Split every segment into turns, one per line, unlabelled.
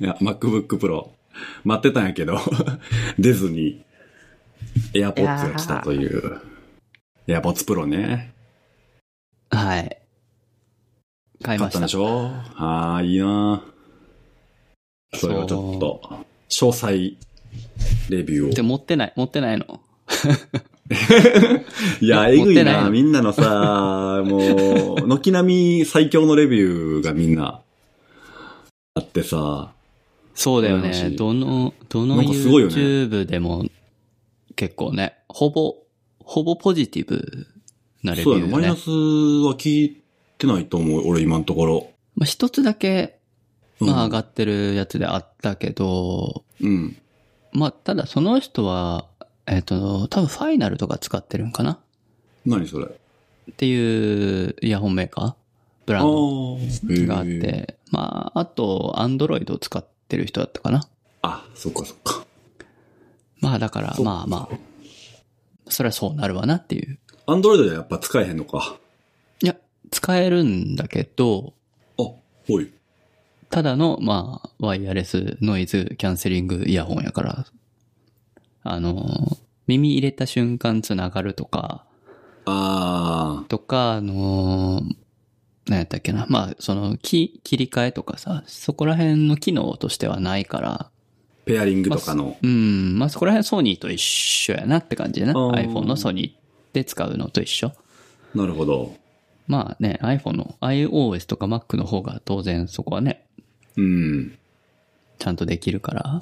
いや、MacBook Pro。待ってたんやけど、 出ずに、AirPods が来たという。AirPods Pro ね。
はい。買
買
いま
っ
した
たん
た
でしょああ、いいなそれをちょっと、詳細、レビューを。
で、持ってない、持ってないの。
いや、えぐ
持っ
い
てない
な。
の
みんなの さ、もう、軒並み最強のレビューがみんな、あってさ、
そうだよ
羨ま
ね。
しい
どの、どの
なんかすごいよね
YouTube でも結構ね、ほぼ、ほぼポジティブなレビ
そうだ
ュ
ね、
ー
マイ
ね
ナ。スは聞いてないと思う、俺今のところ。
まあ、一つだけ、
うん
まあ上がってるやつであったけど、
うん。
まあただその人は、えっ、と、多分ファイナルとか使ってるんかな
何それ。
っていうイヤホンメーカーブ
あ
ランド
ー
があっ
へー
て、まああと、アンドロイドを使ってる人だったかな。
あ、そっかそっか。
まあだか
そ
ら、
っか
まあまあ、それはそうなるわなっていう。
アンドロイドではやっぱ使えへんのか。
いや、使えるんだけど、
あ、ほい。
ただの、まあ、ワイヤレスノイズキャンセリングイヤホンやから、あの、耳入れた瞬間つながるとか、
あ
とか、あの、何やったっけな、まあ、その、き、切り替えとかさ、そこら辺の機能としてはないから、
ー、ペアリングとかの。
うん、まあそこら辺ソニーと一緒やなって感じやな。
あー
iPhone のソニーで使うのと一緒。
なるほど。
まあね、iPhone の iOS とか Mac の方が当然そこはね、
うん。
ちゃんとできるから。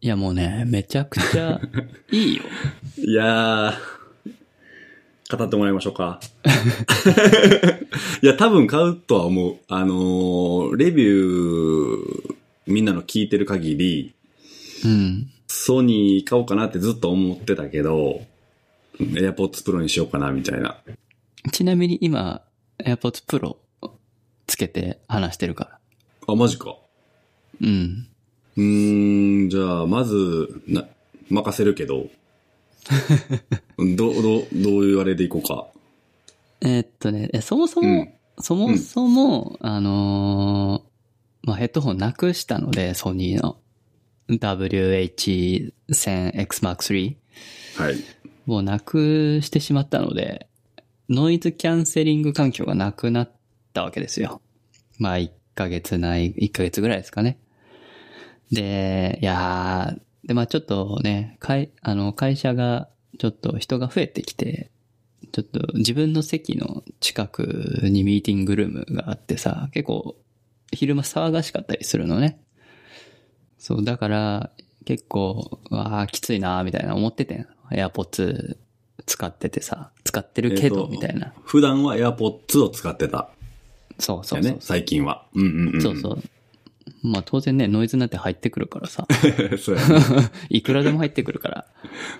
いやもうね、めちゃくちゃいいよ。
いやー、語ってもらいましょう か。いや、多分買うとは思う。あのーレビュー、みんなの聞いてる限り、
うん。
ソニー買おうかなってずっと思ってたけど、AirPods Pro にしようかな、みたいな。
ちなみに今、AirPods Pro つけて話してるから。
あ、マジか。
うん。
うーん、じゃあ、まず、な、任せるけど、 ど、ど、どういうあれでいこうか。
えーっとね、えそもそも、
うん
そもそも、あのーまあ、ヘッドホンなくしたので、ソニーの WH1000X M3
はい。
をなくしてしまったので、ノイズキャンセリング環境がなくなったわけですよ。まあ、1ヶ月ない、1ヶ月ぐらいですかね。で、いやーで、まあちょっとね、会、あの、会社が、ちょっと人が増えてきて、ちょっと自分の席の近くにミーティングルームがあってさ、結構、昼間騒がしかったりするのね。そう、だから、結構、ああ、きついなーみたいな思っててん。AirPods 使っててさ、使ってるけ
えー
ど
と、
みたいな。
普段は AirPods を使ってた。
そうそう
だ
そ
よね、。
う
最近は。うんうんうん。
そうそう。まあ当然ね、ノイズなんて入ってくるから さ。
う。そうやね。
いくらでも入ってくるから。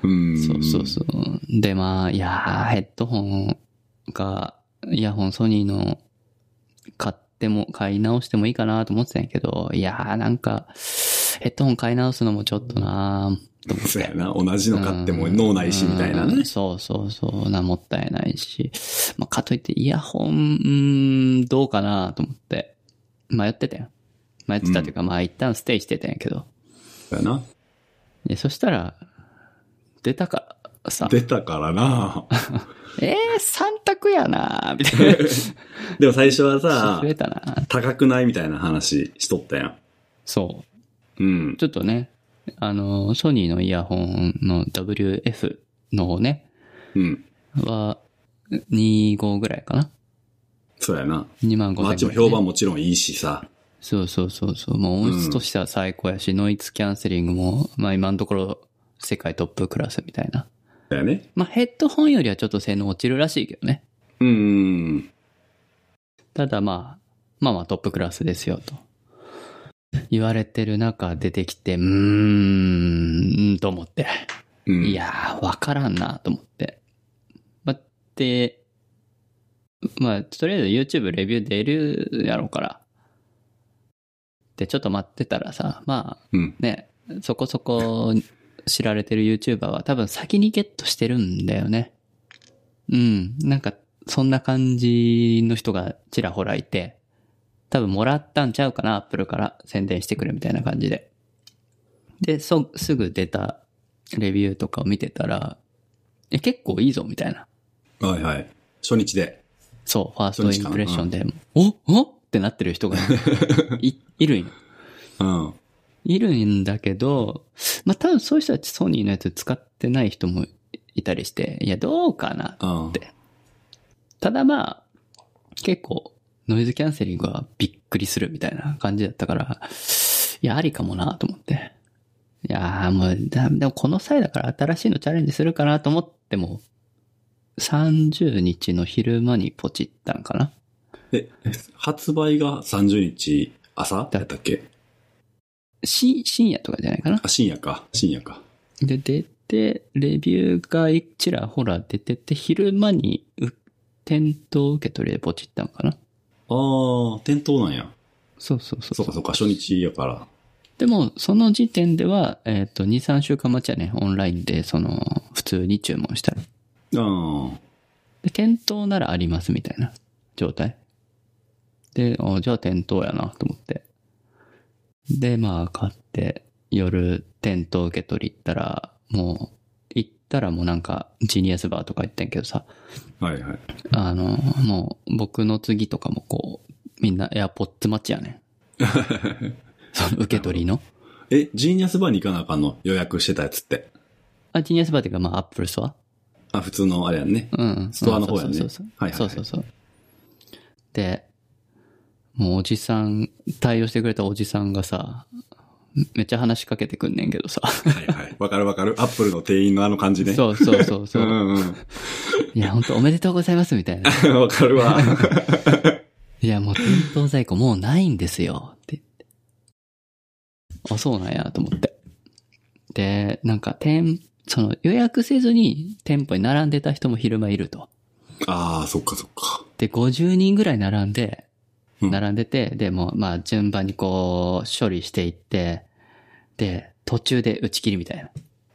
うん。
そうそうそう。で、まあ、いやーヘッドホンか、イヤホンソニーの買っても、買い直してもいいかなと思ってたんやけど、いやーなんか、ヘッドホン買い直すのもちょっとな
う。そうやな。同じの買っても
うん
脳ないし、みたいな
う
ね
ん。そうそうそう、な、もったいないし。まあ、かといってイヤホン、うーん、どうかなと思って、迷ってたよ。迷ってたというか、まあ一旦ステイしてたんやけど。
そうやな。
でそしたら、出たからさ、
出たからな。
えー、三択やなみたいな。
でも最初はさ
増、えたな
高くないみたいな話しとったや
そ
ん。うん
う。。ちょっとね、あの、ソニーのイヤホンの WF の方ね、
うん。
は、25ぐらいかな。
そうやな。
2万
まああっ
5
ち
千
も評判もちろんいいしさ。
そうそうそうそう。もう音質としては最高やし、ノイズキャンセリングも、まあ今のところ世界トップクラスみたいな。
だよね。
まあヘッドホンよりはちょっと性能落ちるらしいけどね。
うんうん
ただまあ、まあまあトップクラスですよと。言われてる中出てきて、うーん、と思って。
うん。うん。
い。やー、わからんなと思って。まあ、で、まあ、とりあえず YouTube レビュー出るやろうから。で、ちょっと待ってたらさ、まあ
うん。
ね、そこそこ知られてる YouTuber は多分先にゲットしてるんだよね。うん、なんか、そんな感じの人がちらほらいて、多分もらったんちゃうかな、アップルから宣伝してくれみたいな感じで。で、そ、すぐ出たレビューとかを見てたら、え、結構いいぞ、みたいな。
はいはい。初日で。
そう、ファース
そう
ト
で
イ
すか
ンプレッションで、おおってなってる人がい、いるんよ。
うん。
いるんだけど、まあ、多分そういう人たちソニーのやつ使ってない人もいたりして、いや、どうかな。
うん。
でただまあ、結構、ノイズキャンセリングはびっくりするみたいな感じだったから、いや、ありかもなと思って。いやーもう、だでもこの際だから新しいのチャレンジするかなと思っても、30日の昼間にポチったんかな
え、発売が30日朝だったっけ
し深夜とかじゃないかな
あ、深夜か。深夜か。
で、出て、レビューがいちらほら出てて、昼間にう店頭受け取りでポチったんかな
あー、店頭なんや。
そうそうそう
そ
そ
う
う
かそうか、初日やから。
でも、その時点では、えっ、と、2、3週間待ちやね、オンラインで、その、普通に注文したら。
うん。
で、店頭ならありますみたいな状態。で、あじゃあ店頭やなと思って。で、まあ、買って、夜、店頭受け取り行ったら、もう、行ったらもうなんか、ジニアスバーとか行ってんけどさ、
はいはい。
あの、もう、僕の次とかもこう、みんな AirPods 待ちやねん。 その受け取りの。
え、ジーニアスバーに行かなあかんの予約してたやつって。
あ、ジニアスバーっていうか、まあ、Apple ストア
あ、普通のあれやんね。
うん。
ストアの方やね
そうそうそう
はいはいはい
そうそうそう。で、もうおじさん、対応してくれたおじさんがさ、めっちゃ話しかけてくんねんけどさ。
はいはい。わかるわかる。アップルの店員のあの感じね。う。
そうそうそうそうう。
んうん。
いや、本当おめでとうございますみたいな。
わかるわ。
いや、もう店頭在庫もうないんですよって言って。あ、そうなんやと思って。で、なんか店、その予約せずに店舗に並んでた人も昼間いると。
ああ、そっかそっか。
で、50人ぐらい並んで、
うん
並んでて、で、もう、まあ、順番にこう、処理していって、で、途中で打ち切りみたい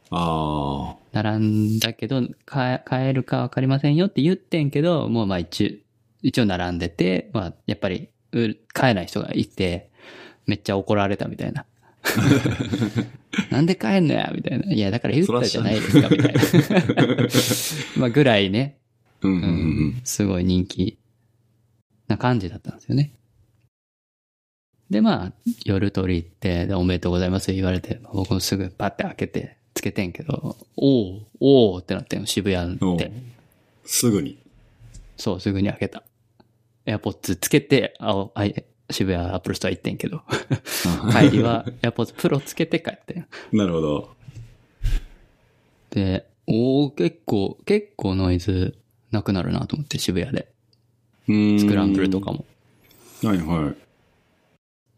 あ
な。並んだけど、か買えるかわかりませんよって言ってんけど、もうまあ一応、一応並んでて、まあ、やっぱり、う買えない人がいて、めっちゃ怒られたみたいな。なんで買えんのやみたいな。いや、だから言ったじゃないですか、みたいな。まあ、ぐらいね、
あ。うんうん
う
うんん。
すごい人気な感じだったんですよね。で、まあ、夜取り行って、でおめでとうございます言われて、僕もすぐパッて開けて、つけてんけど、おうおうってなってん渋谷
おう
で。
すぐに。
そう、すぐに開けた。エアポッツつけて、あおあい渋谷アップルストア行ってん けど、帰りはエアポッツプロつけて帰ってん。
なるほど。
で、おお結構、結構ノイズなくなるなと思って渋谷で。
うーん。
スクランブルとかも。
はいはい。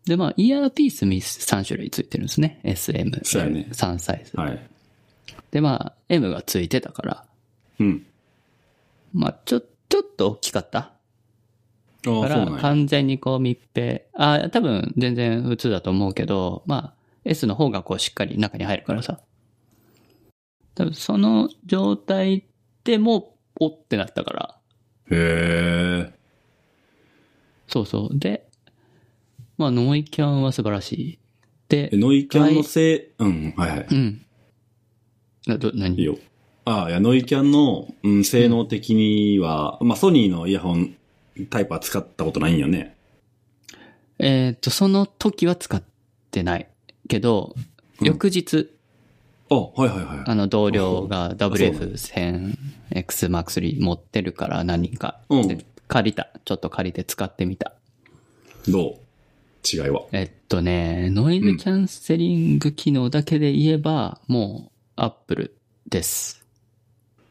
で、まあ、イヤーピースに3種類ついてるんですね。S、M、
そうやね
L 3サイズ。
はい。
で、まあ、M がついてたから、
うん。
まあ、ちょ、ちょっと大きかった。
ああ、そう
か
な
ら、
んや。
完全にこう密閉。ああ、多分全然普通だと思うけど、まあ、S の方がこうしっかり中に入るからさ。多分その状態でも、おってなったから。
へえ。
そうそう。で、まあ、ノイキャンは素晴らしい。で
え、ノイキャンのせい、うん、はいはい。
うん。など、何
いいよ。ああ、いや、ノイキャンの、うん、性能的には、まあ、ソニーのイヤホンタイプは使ったことないんよね。
えっ、と、その時は使ってない。けど、
うん
翌日、
あ、はいはいは
あ
い。
の、同僚が
そう
WF1000XM3 持ってるから何人か。
うん
で借りた。ちょっと借りて使ってみた。
どう違いは。
えっとね、ノイズキャンセリング機能だけで言えば、もう、Apple です。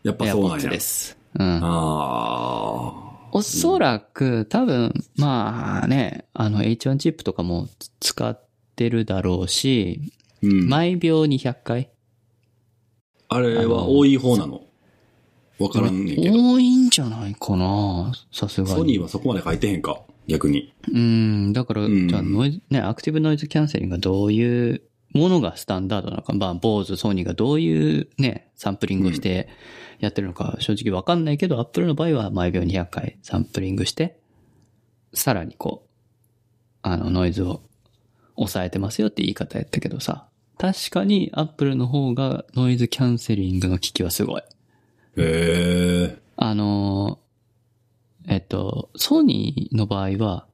やっぱそうなん
AirPods
や。
です。うん。
あ
おそらく、多分、まあね、あの H1 チップとかも使ってるだろうし、
あ。うん。
毎秒200回
あれは多い方なのわからんねんけど。
多いんじゃないかなさすがに。
ソニーはそこまで書いてへんか逆に。
うん、だから、
うん
じゃあノイズ、ね、アクティブノイズキャンセリングがどういうものがスタンダードなのか、まあ、坊主、ソニーがどういうね、サンプリングをしてやってるのか、正直わかんないけど、アップルの場合は毎秒200回サンプリングして、さらにこう、あの、ノイズを抑えてますよって言い方やったけどさ。確かに Apple の方がノイズキャンセリングの効きはすごい。
へえ。
あのー、えっと、ソニーの場合は、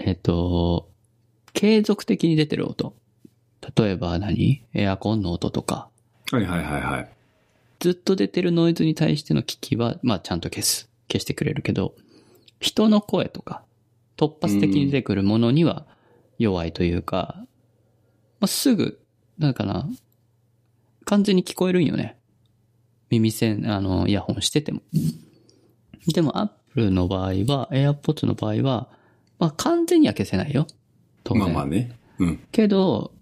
えっと、継続的に出てる音。例えば何エアコンの音とか、
はいはいはいはい。
ずっと出てるノイズに対しての聞きは、まあちゃんと消す、消してくれるけど、人の声とか、突発的に出てくるものには弱いというか、まあ、すぐ、なんかな、完全に聞こえるんよね。耳栓、あの、イヤホンしてても。でも Apple の場合は、AirPods の場合は、まあ完全には消せないよ。当然
まあまあね。うん。
けど、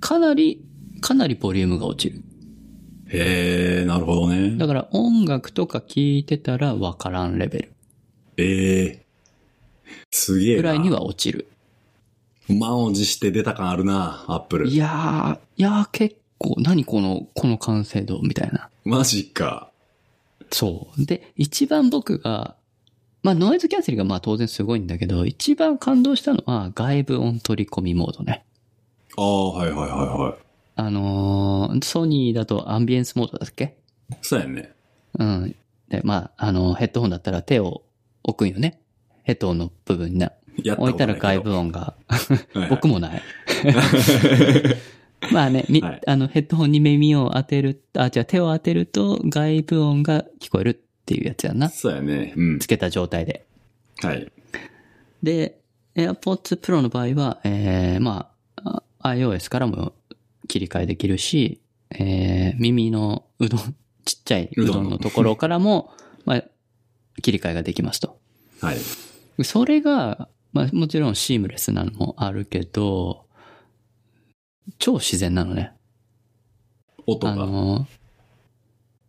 かなり、かなりボリュームが落ちる。
へえ、なるほどね
だ。から音楽とか聞いてたらわからんレベル
ええ。すげえな。
ぐらいには落ちる。
満を持して出た感あるな、アップル。
いやー、いやー結構、何この、この完成度みたいな。
マジか。
そう。で、一番僕が、まあノイズキャンセルがまあ当然すごいんだけど、一番感動したのは外部音取り込みモードね。
ああ、はいはいは
あのーソニーだとアンビエンスモードだっけ
いはい。そうやね。
うん。で、まあ、あの、ヘッドホンだったら手を置くんよね。ヘッドホンの部分にな。
やった
置
こ
い
と
た
な
ら
いけど
外部音が、
はいはい
僕 もない。まあね、み
はい
あの、ヘッドホンに耳を当てる、あ、じゃあ手を当てると外部音が聞こえるっていうやつやんな。
そうやね。うん
つ。けた状態で。
はい。
で、AirPods Pro の場合は、えー、まあ、あ iOS からも切り替えできるし、えー、耳のうどん、ちっちゃいうど
うど
ん
ん
の
の
ところからも、まあ、切り替えができますと。
はい。
それが、まあ、もちろんシームレスなのもあるけど、超自然なのね。
音
あ
が。
の、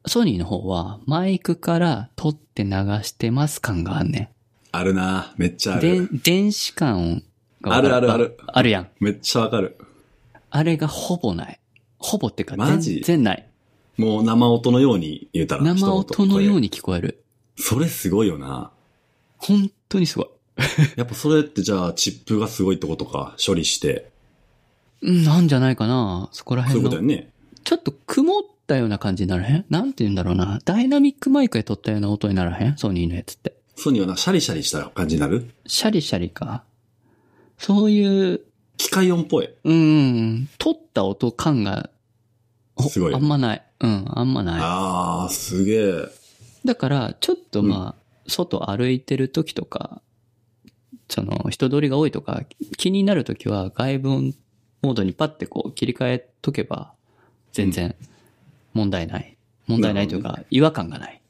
ソニーの方はマイクから取って流してます感があんね
あるな。めっちゃあ
ん。で
る。、
電子感が
あるあるある。
あるやん。
めっちゃわかる。
あれがほぼない。ほぼってか
マジ
全然ない。
もう生音のように言うたら。
生音のよう
に。
に聞こえる。
それすごいよな。
本当にすごい。
やっぱそれってじゃあチップがすごいってことか。処理して。
うんなんじゃないかなそこら
そうい
辺
うこ
の。
とよね。
ちょっと曇ったような感じにならへんなんて言うんだろうな。ダイナミックマイクで撮ったような音にならへんソニーのやつって。
ソニーはな、シャリシャリした感じになる
シャリシャリか。そういう、
機械音っぽい。
うん、撮った音感が、お
すごい
あんまない。うん、あんまない。
あー、すげえ。
だから、ちょっとまあ、外歩いてる時とか、その、人通りが多いとか、気になる時は、外部音モードにパッてこう、切り替えとけば、全然、問題ない。問題ないというか、違和感がない。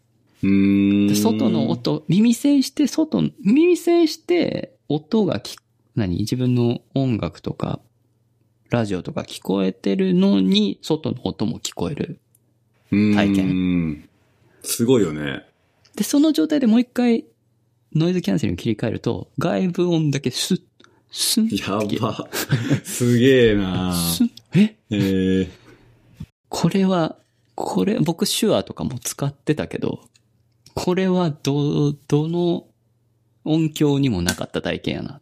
うー
で
ん。
外の。音、耳栓して、外の、耳栓して、音がき、何自分の音楽とか、ラジオとか聞こえてるのに、外の音も聞こえる。体
験。すごいよね。
で、その状態でもう一回、ノイズキャンセルに切り替えると、外部音だけスッ、スンって
や
消える
ば。すげえ な
スンえ
えー、
これは、これ、僕、手話とかも使ってたけど、これは、ど、どの音響にもなかった体験やなっ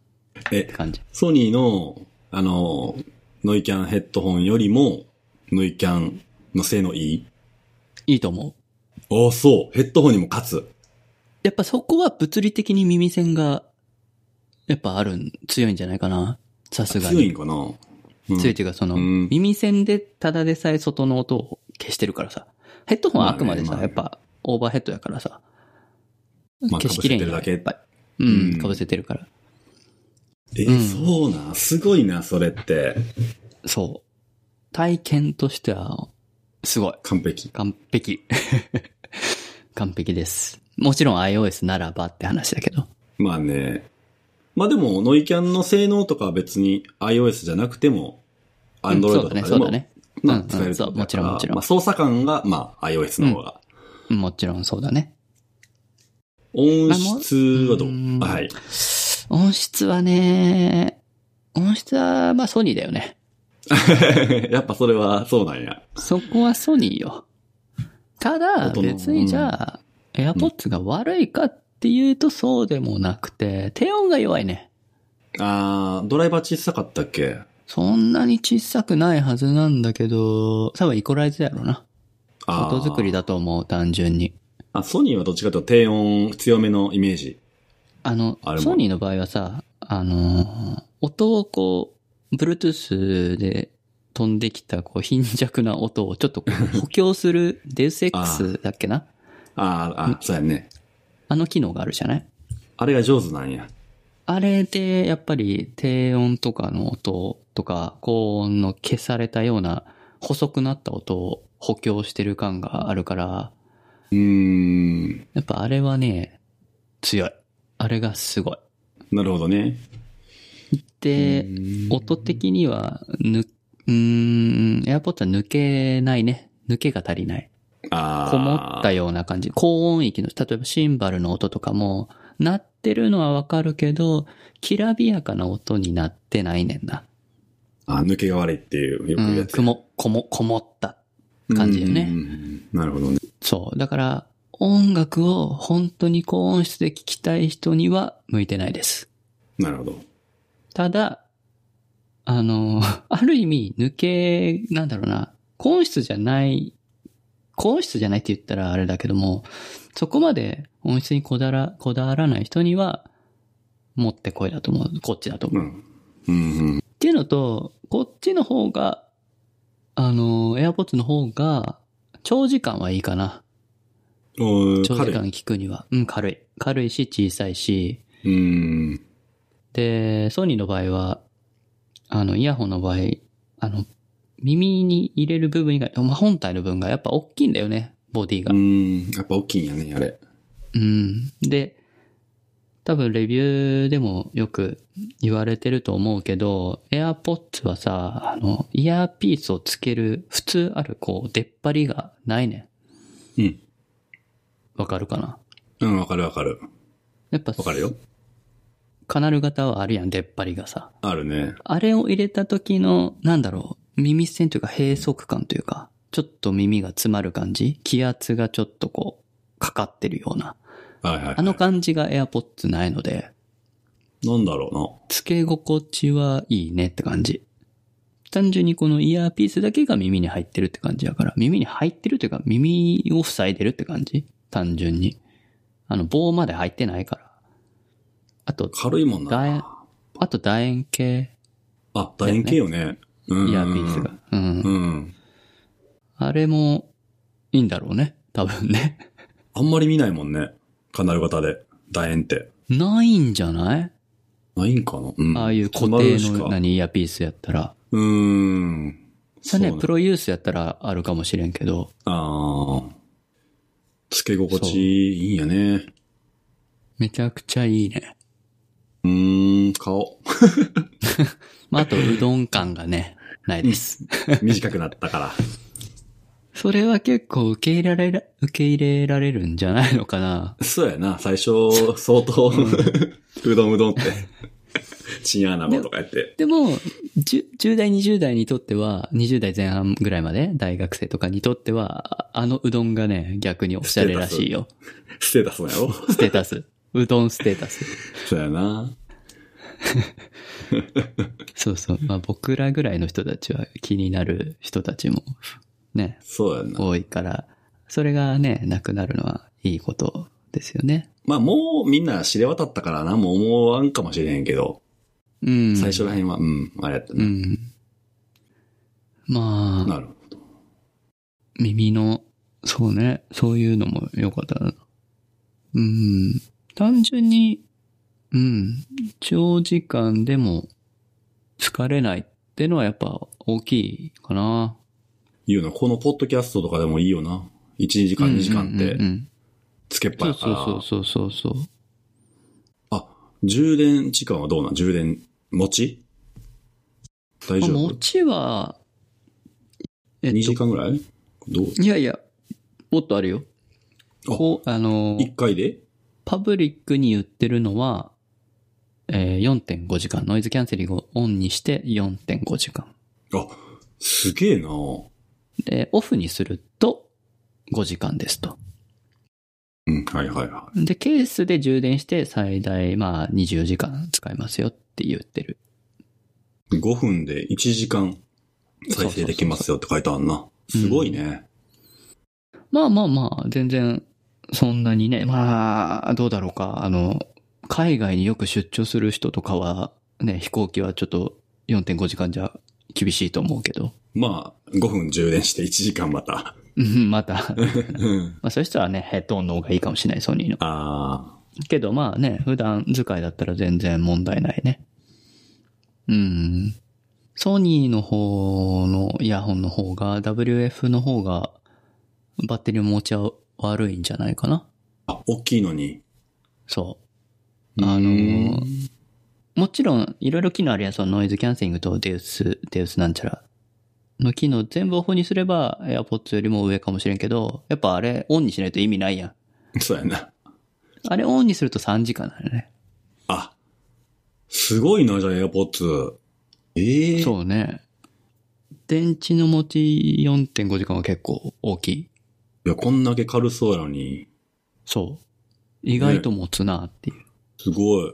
て
え、
感じ。
ソニーの、あの、ノイキャンヘッドホンよりも、ノイキャンの性能いい
いいと思う。
ああ、そう。ヘッドホンにも勝つ。
やっぱそこは物理的に耳栓が、やっぱあるん、強いんじゃないかな。さすが
強い
に。
んかな、
強いっていうか、その、
うん
耳栓でただでさえ外の音を消してるからさ。ヘッドホンはあくまでさ、
まあね
やっぱオーバーヘッドやからさ。
まあ
消しきれんよね
被せてるだけ
やっぱりう、
うんん
かぶせてるから。
え
うん
そうなん。すごいな、それって。
そう。体験としては、すごい。
完璧。
完璧。 完璧です。もちろん iOS ならばって話だけど。
まあね。まあでも、ノイキャンの性能とかは別に iOS じゃなくても、
うんそ
Android と
うだ
か
ね、
で
そう
も
だ、ね。
ま
う
あ
ん
使えるってことだから
そうもちろんもちろん
まあ操作感が、まあ iOS の方が。
もちろんそうだね。
音質はどう
うん
はい。
音質はね、音質は、まあソニーだよね。
やっぱそれはそうなんや。
そこはソニーよ。ただ、
音の
別にじゃあ、AirPods が悪いかっていうとそうでもなくて、低音が弱いね。
あー、ドライバー小さかったっけ
そんなに小さくないはずなんだけど、多分イコライズやろうな。
あー
音作りだと思う、単純に。
あ、ソニーはどっちかというと低音強めのイメージ。
あの
あれ、も
ソニーの場合はさ、あのー、音をこう、Bluetooth で飛んできた、こう、貧弱な音をちょっとこう補強する、デウス X だっ けな
あーあ、そうやね。
あの機能があるじゃない
あれが上手なんや。
あれで、やっぱり低音とかの音とか、高音の消されたような、細くなった音を補強してる感があるから、
うーん。
やっぱあれはね、強い。あれがすごい。
なるほどね。
で
う、ーん
音的には、ぬ、うーん、AirPods は抜けないね。抜けが足りない。
あー
こもったような感じ。高音域の、例えばシンバルの音とかも、鳴ってるのはわかるけど、きらびやかな音になってないねんな。
あ、抜けが悪いっていう、よく言う
う
や
ん、
つ。
くも、こも、こもった感じよね
う。んなるほどね。
そう。だから、音楽を本当に高音質で聞きたい人には向いてないです。
なるほど。
ただ、あの、 ある意味、抜け、なんだろうな、高音質じゃない、高音質じゃないって言ったらあれだけども、そこまで音質にこだら、こだわらない人には、持ってこいだと思う。こっちだと思う。
うん。うんうん。
っていうのと、こっちの方が、あの、AirPods の方が、長時間はいいかな。
おー
長時
彼
間聞くには。うん、軽い。軽いし、小さいし。
うん。
で、ソニーの場合は、あの、イヤホンの場合、あの、耳に入れる部分以外、まあ、本体の部分がやっぱ大きいんだよね、ボディが
う。ん。やっぱ大きいんやね、あれ。
うん。で、多分レビューでもよく言われてると思うけど、AirPods はさ、あの、イヤーピースをつける、普通ある、こう、出っ張りがないね
うん。
ん。わかるかな
うん、わかるわかる。
やっぱ、
わかるよ。
カナル型はあるやん、出っ張りがさ。
あるね。
あれを入れた時の、なんだろう、耳栓というか閉塞感というか、ちょっと耳が詰まる感じ気圧がちょっとこう、かかってるような。
はいはいはい。
あの感じが AirPods ないので、
なんだろ
付け心地はいいねって感じ。単純にこのイヤーピースだけが耳に入ってるって感じだから、耳に入ってるというか耳を塞いでるって感じ単純に。あの棒まで入ってないから。あと
う、な。軽いもん
楕円
な。、
あと楕円形
あ、楕円形よね。うん
イヤーピースが。。うん
うん。
あれも、いいんだろうね。多分ね。
あんまり見ないもんね。カナル型で。楕円って。
ないんじゃない
ないんかなうん。
ああいう固
止ま
定
るし
の
か
何イヤーピースやったら。
うーん。そ
それ
う
ね、
ね
プロユースやったらあるかもしれんけど。
ああ。付け心地いいんやね。
めちゃくちゃいいね。
うーん、顔。
まあ、あと、うどん感がね、ないです。
短くなったから。
それは結構受け入れられら、受け入れられるんじゃないのかな。
そうやな、最初、相当、うどんうどんっ て。チンアナゴとかやって。
でも、10, 10代、20代にとっては、20代前半ぐらいまで、大学生とかにとっては、ああのうどんがね、逆におしゃれらしいよ。
ステータスだよ。
ステータス。うどんステータス。
そうやな。
そうそう。まあ僕らぐらいの人たちは気になる人たちもね、
そうやな。
多いから、それがね、なくなるのはいいことですよね。
まあもうみんな知れ渡ったからな、もう思わんかもしれへんけど、
うん。
最初らへんは、うん、あれやった
う
な。
ん。まあ、
なるほど。
耳の、そうね、そういうのも良かったな。うん。単純に、うん。長時間でも疲れないってのはやっぱ大きいかな。
言うの、このポッドキャストとかでもいいよな。1、時間、2時間っ
う
て
んうんう、ん
つけっぱ
そ
や
う
か
そうそう
ら。
そうそうそう。
あ、充電時間はどうなん充電、持ち大
まあ
丈
持
夫
ちは、え
?2 時間ぐらいどう
いやいや、もっとあるよ。
あ
こう、あの、
?1 回で
パブリックに言ってるのは、えー4.5時間。ノイズキャンセリングをオンにして4.5時間。
あ、すげえな
で、オフにすると5時間ですと。
うん、はいはいは
で、ケースで充電して最大、まあ、24時間使いますよっって言ってる。
5分で1時間再生できますよって書いてあんな。
うそう
すごいね。
まあまあまあ、全然、そんなにね、まあ、どうだろうか。あの、海外によく出張する人とかは、ね、飛行機はちょっと4.5時間じゃ厳しいと思うけど。
まあ、5分充電して1時間また。
うんまた、
うん
まあそういう人はね、ヘッドオンの方がいいかもしれない、ソニーの。
あ
けどまあね、普段使いだったら全然問題ないね。うん。ソニーの方のイヤホンの方が、WF の方が、バッテリー持ちは悪いんじゃないかな。
ーあ、大きいのに。
そう。あのー
うん
もちろん、いろいろ機能あるやん。そのノイズキャンセリングとデウス、デウスなんちゃらの機能全部オフにすれば AirPods よりも上かもしれんけど、やっぱあれオンにしないと意味ないやん。
そうやな。
あれオンにすると3時間だよね。
あ、すごいな、じゃあ AirPods。ええー。
そうね。電池の持ち4.5時間は結構大きい。
いや、こんだけ軽そうやのに。
そう。意外と持つなっていう。
すごい。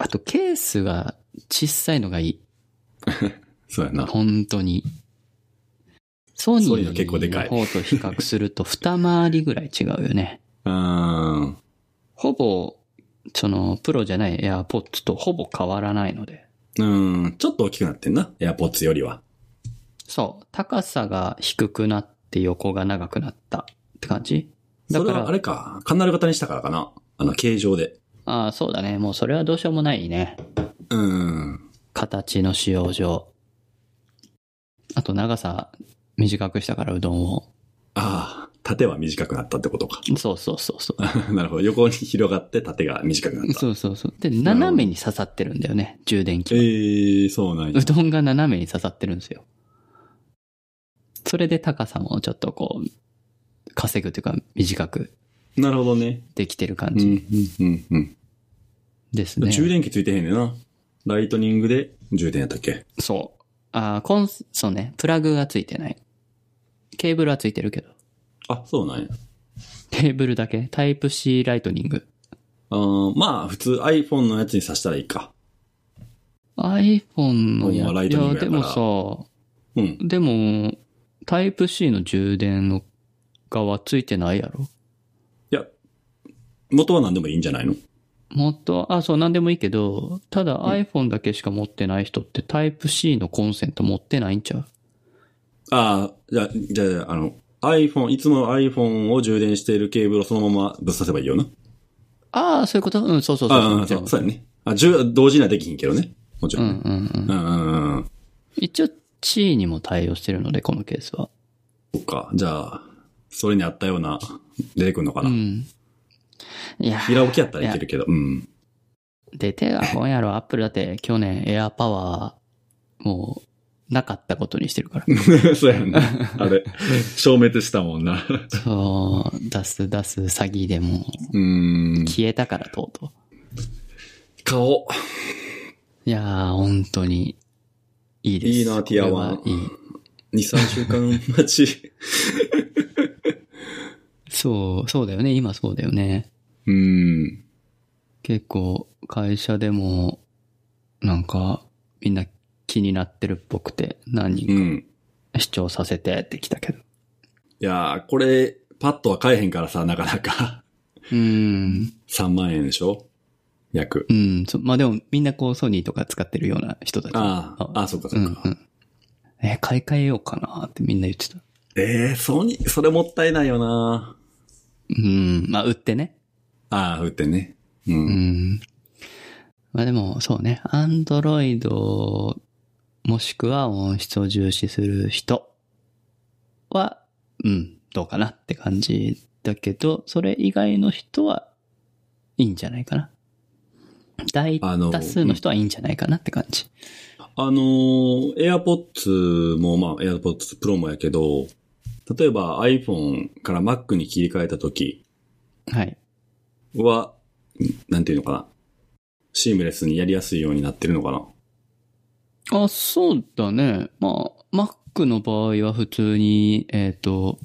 あとケースが小さいのがいい。
そうやな。
本当に。ソニ
ソニー
ーの
の結構でかい
方と比較すると二回りぐらい違うよね。
うーん。
ほぼ、その、プロじゃない AirPods とほぼ変わらないので。
うん、ちょっと大きくなってんな。AirPods よりは。
そう。高さが低くなって横が長くなったって感じだ
そ
か
れ
ら
はあれか、カンナル型にしたからかな。あの、形状で。
ああ、そうだね。もうそれはどうしようもないね。
うん。
形の使用上。あと長さ短くしたからうどんを。
ああ、縦は短くなったってことか。
そうそうそう そう。
なるほど。横に広がって縦が短くなった。
そうそうそう。で、斜めに刺さってるんだよね。充電器は。
ええー、そうなんや
う。どんが斜めに刺さってるんですよ。それで高さもちょっとこう、稼ぐというか短く
なるほどね。
できてる感
うん、う
じ
ん、うん、うん。
ですね。
充電器ついてへんねんな。ライトニングで充電やったっけ
そう。あーコンセそうね。プラグがついてない。ケーブルはついてるけど。
あ、そうなんや。
ケーブルだけ。タイプ C ライトニング。
あーまあ、普通 iPhone のやつに挿したらいいか。
iPhone
も
の
うライ
い
トニングやか
や、で
ら
も
う
さ、
ん。
でも、タイプ C の充電の側ついてないやろ
いや、元は何でもいいんじゃないの
もっと、あ、そう、なんでもいいけど、ただ iPhone だけしか持ってない人ってタイプ C のコンセント持ってないんちゃう
ああ、じゃあ、じゃあ、あの、iPhone、いつも iPhone を充電しているケーブルをそのままぶっ刺せばいいよな。
ああ、そういうことうん、そうそうそう
あ
も
あ、
ちろ
そ
ん
うそうやね。あ、じゅ同時にはできひんけどね。もちろ
うんんう
ね。
んうん。
うん、うん、うん。
一応 C にも対応してるので、このケースは。
そっか。じゃあ、それにあったような、出てくんのか
う
な。
ん。いや、
平置きやったらいけるけど、うん。
出てが本やろ、アップルだって去年エアパワー、もう、なかったことにしてるから。
そうやな。あれ、消滅したもんな。
そう、出す出す詐欺でも
うーん。
消えたから、とうとう。
顔。
いやー、本当に、いいです。
いいなティアワン
これはいい。
2、3週間待ち。
そう、そうだよね。今そうだよね。
うーん。
結構、会社でも、なんか、みんな気になってるっぽくて、何
う
人か
ん。
視聴させてってきたけど。
いやー、これ、パッとは買えへんからさ、なかなか。
うーん。
3万円でしょ約
う。ん。そまあでも、みんなこう、ソニーとか使ってるような人たち。
ああ、ああ、そっか
う
そ
ん
っ
う
か。
ん。え、買い替えようかなってみんな言ってた。
ええー、ソニー、それもったいないよな
うん。まあ、売ってね。
ああ、売ってね。う。
うんん。まあでも、そうね。アンドロイド、もしくは音質を重視する人は、うん、どうかなって感じだけど、それ以外の人は、いいんじゃないかな。大
あの
多数の人はいいんじゃないかなって感じ。
あのー、AirPods も、まあ、AirPods Pro もやけど、例えば iPhone から Mac に切り替えた時
はい。
は、なんていうのかな。シームレスにやりやすいようになってるのかな。
あ、そうだね。まあ、Mac の場合は普通に、えっ、と、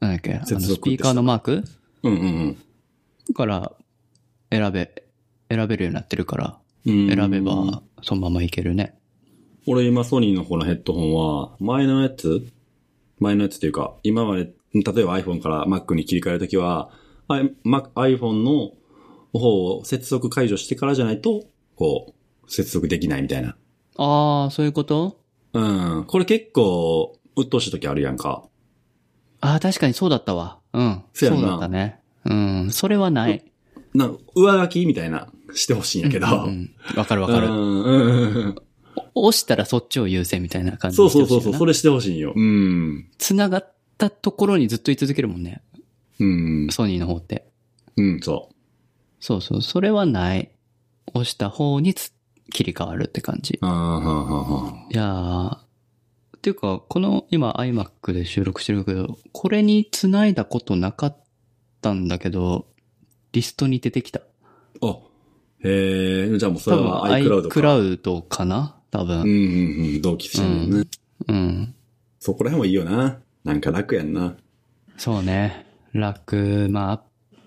なんだっけ、あの
接続
スピーカーのマーク
うんうん
から選べ、選べるようになってるから、
うん。うん
選べば、そのままいけるね。
俺今ソニーのこのヘッドホンは、前のやつ前のやつというか、今まで、例えば iPhone から Mac に切り替えるときは、あい Mac- iPhone の方を接続解除してからじゃないと、こう、接続できないみたいな。
ああ、そういうこと
うん。これ結構、鬱陶しいときあるやんか。
ああ、確かにそうだったわ。うん。
そうやんな
だったね。うん。それはない。
な、上書きみたいな、してほしいんやけど。
うんうんわかるわか
う
る。
んうんうんうん
押したらそっちを優先みたいな感じ
そう
にして
そ
ほ
う
し
そう
いよ
そう、
な
それしてほしいんよ。うん。
繋がったところにずっと居続けるもんね。
うん。
ソニーの方って。
うん、そ
そうそう、それはない。押した方につ切り替わるって感じ。
う。ああ、はあ、はあ、はあ。
いやー。っていうか、この今 iMac で収録してるけど、これに繋いだことなかったんだけど、リストに出てきた。
あ、へえ、じゃあもうそ
多
れ
分
は iCloud か。
iCloud かな多
うんう
分。
んうん、同期してるね、
うんうん。
そこら辺もいいよな。なんか楽やんな。
そうね。楽、まあ、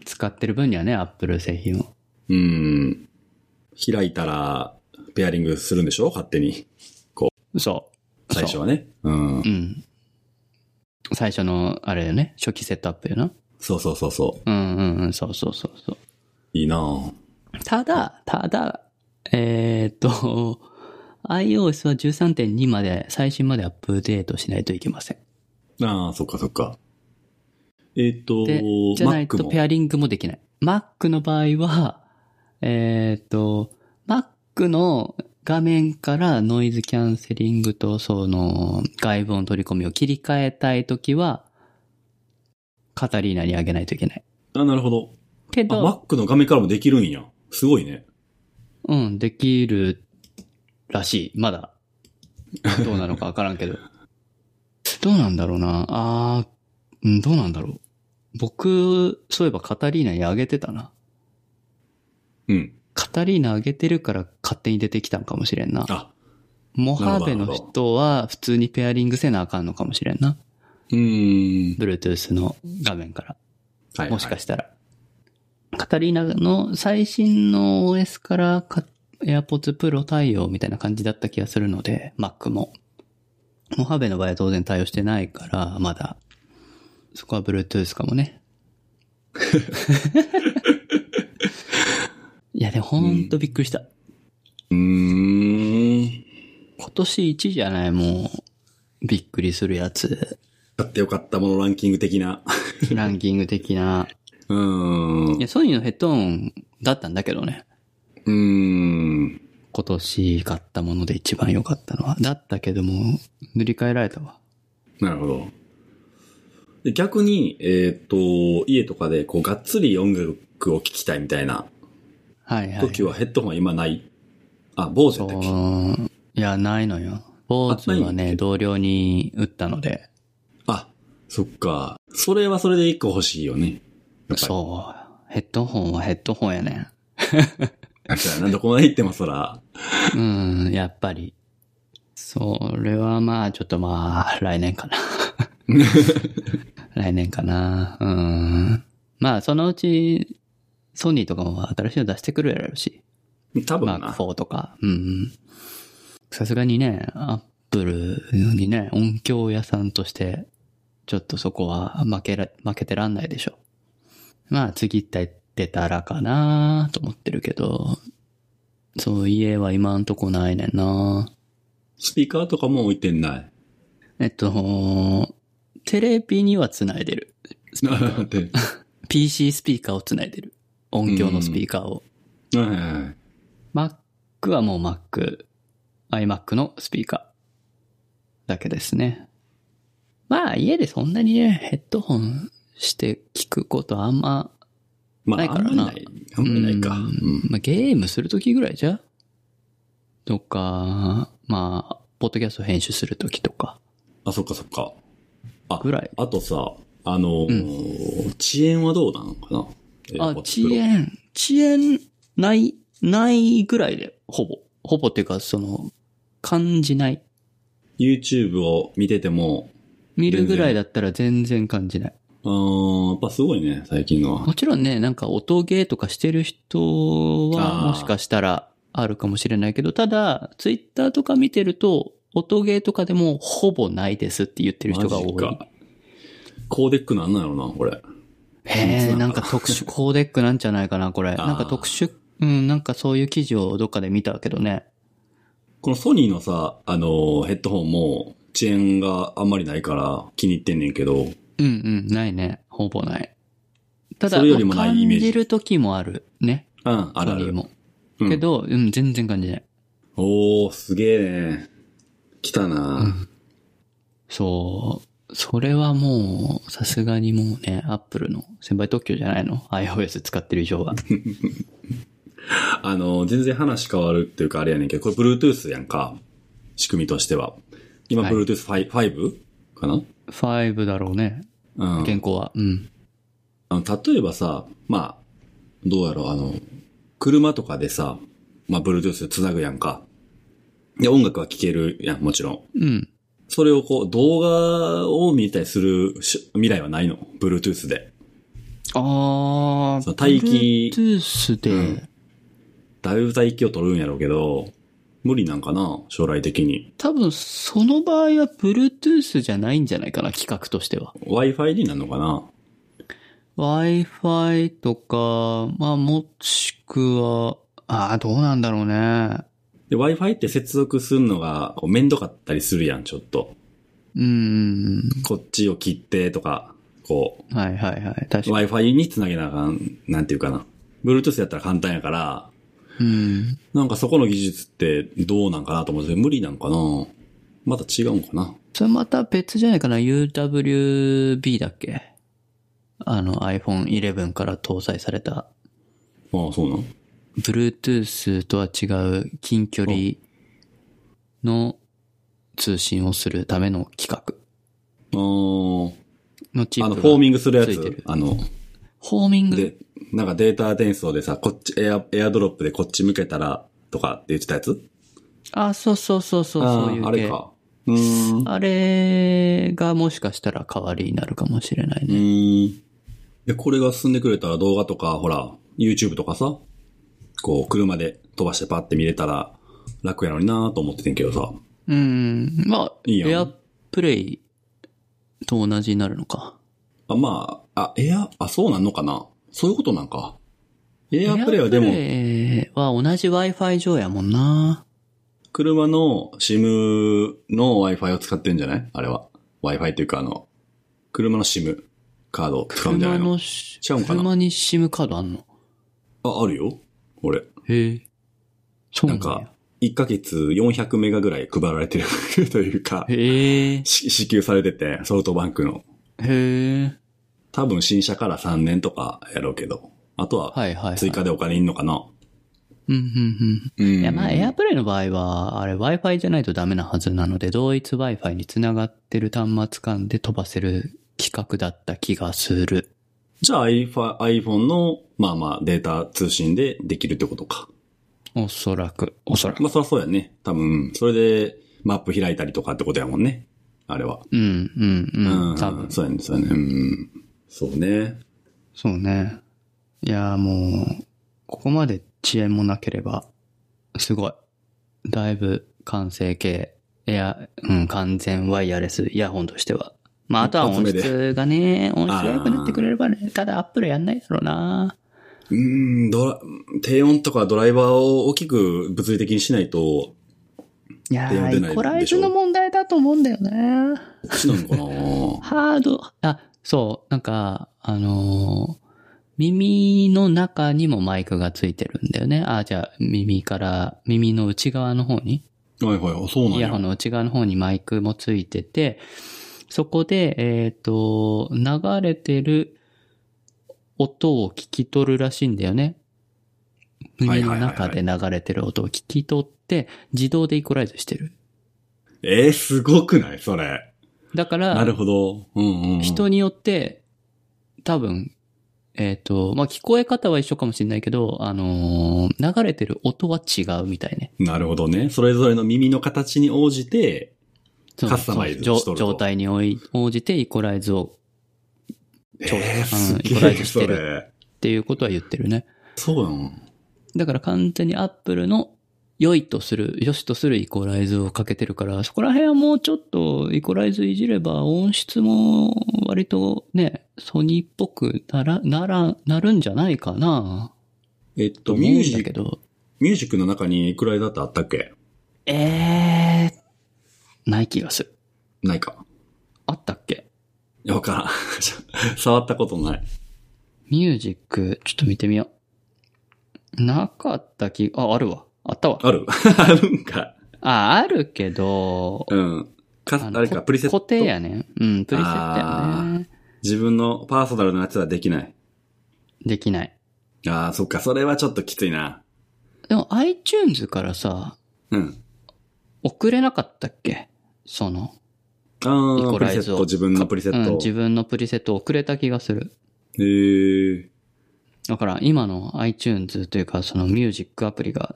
使ってる分にはね、Apple 製品を。
うん。開いたら、ペアリングするんでしょ勝手に。
そう。
最初
は。
はね。うん
う。ん。最初の、あれよね、初期セットアップよな。
そうそうそうそう。
うんうんうん、そうそうそうそう。
いいなぁ。
ただ、ただ、えーっと、iOS は13.2まで、最新までアップデートしないといけません。
ああ、そっかそっか。えっ、と
で、じゃない
Mac
と
も
ペアリングもできない。Mac の場合は、えーっと、Mac の画面からノイズキャンセリングとその外部の取り込みを切り替えたいときは、カタリーナにあげないといけない。
あ、なるほど。
け
あ、
ど、
Mac の画面からもできるんや。すごいね。
うん、できるらしい。まだ、どうなのかわからんけど。どうなんだろうな。あー、うんどうなんだろう。僕、そういえばカタリーナにあげてたな。
うん。
カタリーナあげてるから勝手に出てきたんかもしれんな。
あ、
モハ
なる
ーベ
ほどなる
の
ほど
人は普通にペアリングせなあかんのかもしれんな。
うーん。
Bluetooth の画面から。
はい、はい。
もしかしたら。カタリーナの最新の OS からか AirPods Pro 対応みたいな感じだった気がするので、Mac も。モハベの場合は当然対応してないから、まだ。そこは Bluetooth か もね。いや、でもほんとびっくりした。
うーん。
今年1じゃない、もう。びっくりするやつ。
買ってよかったものランキング的な。
ランキング的な。
うーん
い。や、ソニーのヘッドホンだったんだけどね。
うーん。
今年買ったもので一番良かったのは。だったけども、塗り替えられたわ。
なるほど。で逆に、えっ、と、家とかで、こう、がっつり音楽を聴きたいみたいな
はいはい。
時はヘッドホンは今ない。あ、坊主やったっけ
そういや、ないのよ。坊主は
あな
ね、
い
同僚に売ったので。
あ、そっか。それはそれで一個欲しいよね。やっぱり
そう。ヘッドホンはヘッドホンやね。
そうやな、どこまで行ってもそら。
うん、やっぱり。それはまあ、ちょっとまあ、来年 かな。来年かな。うん。まあ、そのうち、ソニーとかも新しいの出してくるやろうし。
多分
マ
な。
ーク4とか。うんうん。さすがにね、アップルにね、音響屋さんとして、ちょっとそこは負けら、負けてらんないでしょ。まあ次って出たらかなと思ってるけど、そう家は今んとこないねんな
スピーカーとかも置いてない。
えっと、テレビには繋いでる。
で
PC スピーカーを繋いでる。音響のスピーカーを。
はいはいはい
Mac はもう Mac、iMac のスピーカーだけですね。まあ家でそんなにね、ヘッドホンして聞くことあんま、
ま
ない
あ、
か
あ
ら
んまり
な
ない。あんまりないか。
う
うんん
まあゲームするときぐらいじゃとか、まあ、ポッドキャスト編集するときとか
あ、そっかそっか。あ
ぐらい。
あとさ、あのー遅延はどうなのかな
あ、
AirPods
遅
Pro
延、遅延ない、ないぐらいで、ほぼ。ほぼっていうか、その、感じない。
YouTube を見てても、
見るぐらいだったら全然感じない。
あーやっぱすごいね、最近のは。
もちろんね、なんか音ゲーとかしてる人は、
あー
もしかしたら、あるかもしれないけど、ただ、ツイッターとか見てると、音ゲーとかでもほぼないですって言ってる人が多
マジ
い。
か。コーデックなんなんやろな、これ。
へえ、
そう
な
なんん
か
だ
特殊コーデックなんじゃないかな、これ。
あー
なんか特殊、うん、なんかそういう記事をどっかで見たけどね。
このソニーのさ、あのーヘッドホンも遅延があんまりないから気に入ってんねんけど、
うんうん、ないね。ほぼない。ただ、
それよりもない
まあ
イメージ
感じる時もある。ね。
うん、あるあ
ソニー
る。
も。
うん
けど、うん、全然感じない。
おー、すげえね。来たな、
そう。それはもう、さすがにもうね、アップルの先輩特許じゃないの ?iOS 使ってる以上は。
あのー全然話変わるっていうかあれやねんけど、これ Bluetooth やんか。仕組みとしては。今
はい
Bluetooth5、かな
5だろうね。
うん。
現行は。うん。
あの、例えばさ、まあ、どうやろう、あの、車とかでさ、まあ、Bluetooth 繋ぐやんか。で、音楽は聴けるやん、もちろん。
うん。
それをこう、動画を見たりするし未来はないの ?Bluetooth で。
あ
そ
ー
う。待機
Bluetooth で、
うんだいぶ帯域を取るんやろうけど、無理なんかな将来的に。
多分その場合は Bluetooth じゃないんじゃないかな、企画としては。
Wi-Fi になるのかな
Wi-Fi とか、まあもしくは、ああ、どうなんだろうね。
で、Wi-Fi って接続するのが、こう、めんどかったりするやん、ちょっと。
うん。
こっちを切ってとか、こう、
はいはいはい。確か
Wi-Fi につなげなあかん、なんていうかな。Bluetooth やったら簡単やから、
に。うん。
なんかそこの技術ってどうなんかなと思って、無理なんかなまた違うんかな
それまた別じゃないかな ?UWB だっけあの iPhone 11から搭載された。
ああ、そうなん
Bluetooth とは違う近距離の通信をするための規格
あ
のチ
あ、あ
ッ
の、
プが。
フォーミングするや
ついてる
つ。あの、
ホーミング
で、なんかデータ転送でさ、こっち、エア、エアドロップでこっち向けたら、とかって言ってたやつ
あ、そうそうそうそう、
ああ
そういう系。
あれか。うーん。う
あれがもしかしたら代わりになるかもしれないね。
ーん。で、これが進んでくれたら動画とか、ほら、YouTube とかさ、こう、車で飛ばしてパッて見れたら、楽やのになーと思っててんけどさ。
うん。まあ、
いいやん
エアプレイと同じになるのか。
あ、まあ、あ、エア、あ、そうなんのかなそういうことなんか。エアプレイはで
エアプ
も、
レイは同じ Wi-Fi 上やもんな。
車の SIM の Wi-Fi を使ってんじゃないあれは。Wi-Fi っていうかあの、車の SIM カードを使うんじゃな
車
いの
のし、
違うんかな
車に SIM カードあんの
あ、あるよ。俺。
へえ。そう
な
なん
ん
や
か、1ヶ月400メガぐらい配られてるというか、
へえ。
し支給されてて、ソフトバンクの。
へえ。
多分新車から3年とかやろうけど。あとは、
はいはい、はい。
追加でお金いんのかな、
うんうん
う
うん。
ん
いや、まあ、エアプレイの場合は、あれ Wi-Fi じゃないとダメなはずなので、同一 Wi-Fi につながってる端末間で飛ばせる企画だった気がする。
じゃあ iPhone iPhone の、まあまあ、データ通信でできるってことか。
おそらく。おそらく。
まあ、そりゃそうやね。多分、それで、マップ開いたりとかってことやもんね。あれは。
うん、うん、うん。多
う
分
ん。。そうやね、そうやね。うん。そうね。
そうね。いやー、もう、ここまで遅延もなければ、すごい。だいぶ完成形、いや、うん、完全ワイヤレスイヤホンとしては。まあ、あとは
一発
音
目で
質がね、音質
あ
が
ー
良くなってくれればね、ただアップルやんないだろうな。
うーん、ドラ、低音とかドライバーを大きく物理的にしないと、
いや
電話出ないでし
ー、
ょ
イコライズの問題だと思うんだよね。
こっちなの かな
ハード、あ、そう、なんか、あのー耳の中にもマイクがついてるんだよね。あ、じゃあ、耳から、耳の内側の方に、
はいはい、あそうな
イ
ん
ヤホ
や。
ンの内側の方にマイクもついてて、そこで、えっ、と、流れてる音を聞き取るらしいんだよね。
はい
耳
は
の
いはいはい
中で流れてる音を聞き取って、自動でイコライズしてる。
えー、すごくないそれ。
だから、
なるほど。うんうんうん。
人によって、多分、えっ、と、まあ、聞こえ方は一緒かもしれないけど、あのー流れてる音は違うみたいね。
なるほどね。それぞれの耳の形に応じて、
その
カスタマイズしと
そ
る
の
と
状状態に応い応じてイコライズを調査
えー、
う
す
んイ
げ
コライ
え、
ズし
そ
てる
れ。
っていうことは言ってるね。
そうやん。
だから完全にアップルの良いとする、良しとするイコライズをかけてるから、そこら辺はもうちょっとイコライズいじれば音質も割とね、ソニーっぽくなら、なら、なるんじゃないかな
えっ
と
と、
思
ミュ
う
ー
ん
ジ
だ
ッ
け
ク、
ど。
ミュージックの中にいくらだってあったっけ
えー、ない気がする。
ないか。
あったっけ
いやわからん。 触ったことない。
ミュージック、ちょっと見てみよう。なかった気、あ、あるわ。あったわ。
ある あるんか。
あ、あるけど、
うん。か
あ、の
あれか、
こ
プリセット。
固定やね。うん、プリセットやね。
自分のパーソナルのやつはできない。
できない。
ああ、そっか、それはちょっときついな。
でも iTunes からさ、
うん。
送れなかったっけその、イ
ああ、
コ
プリ
ラ
セ
イ
ッ
ズ
ト、
を。
自分のプリセッ
う
ト
ん、。自分のプリセットを送れた気がする。
へえ。
だから今の iTunes というか、そのミュージックアプリが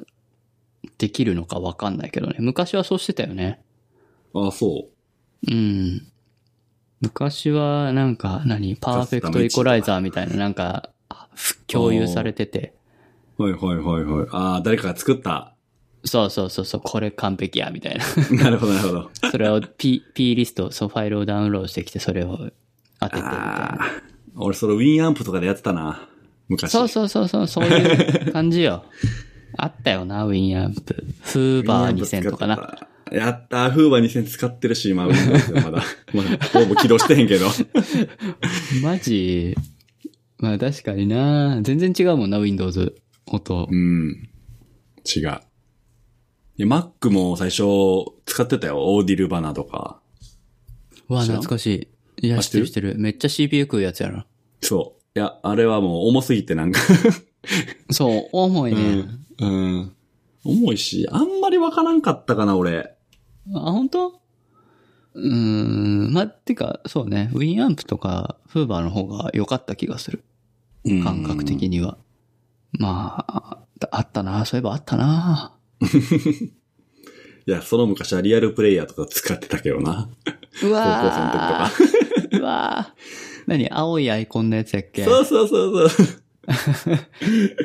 できるのかわかんないけどね。昔はそうしてたよね。
ああ、そう。
うん。昔は、なんか何、パーフェクトイコライザーみたいな、なんか、ふ共有されてて、
はいはいはいはい。ああ、誰かが作った。
そうそうそう、そうこれ完璧や、みたいな。
なるほどなるほど。
それを P、P リスト、そう、ファイルをダウンロードしてきて、それを当て
あ
てみたいな。
あ、俺それ Win アンプとかでやってたな。昔。
そうそうそう、そうそういう感じ よ。あったよな、ウィンアンプ。フー
Win ア
バ
ン
ー
プ使ってた
2000とかな。。
やったー、フーバー2000使ってるし、今、Windows でまだ。 まだ、ほぼ起動してへんけど。
マジ、まあ確かにな全然違うもんな、Windows。音
う。ん。違う。いや、Mac も最初使ってたよ。オーディルバナとか。
うわ、
知らん
懐かしい。いや、
あ
知ってる知ってる。めっちゃ CPU 食うやつやな。
そう。いや、あれはもう重すぎてなんか。
そう、重いね。
うん。重いし、あんまりわからんかったかな、俺。
あ、本当うーん。まあ、てか、そうね。ウィンアンプとか、フーバーの方が良かった気がする。
うん
感覚的には。まあ、ああったな。そういえばあったな。
いや、その昔はリアルプレイヤーとか使ってたけどな。
う
高校生の時と
わ
か
ー うわー何青いアイコンのやつやっけ
そうそうそうそう。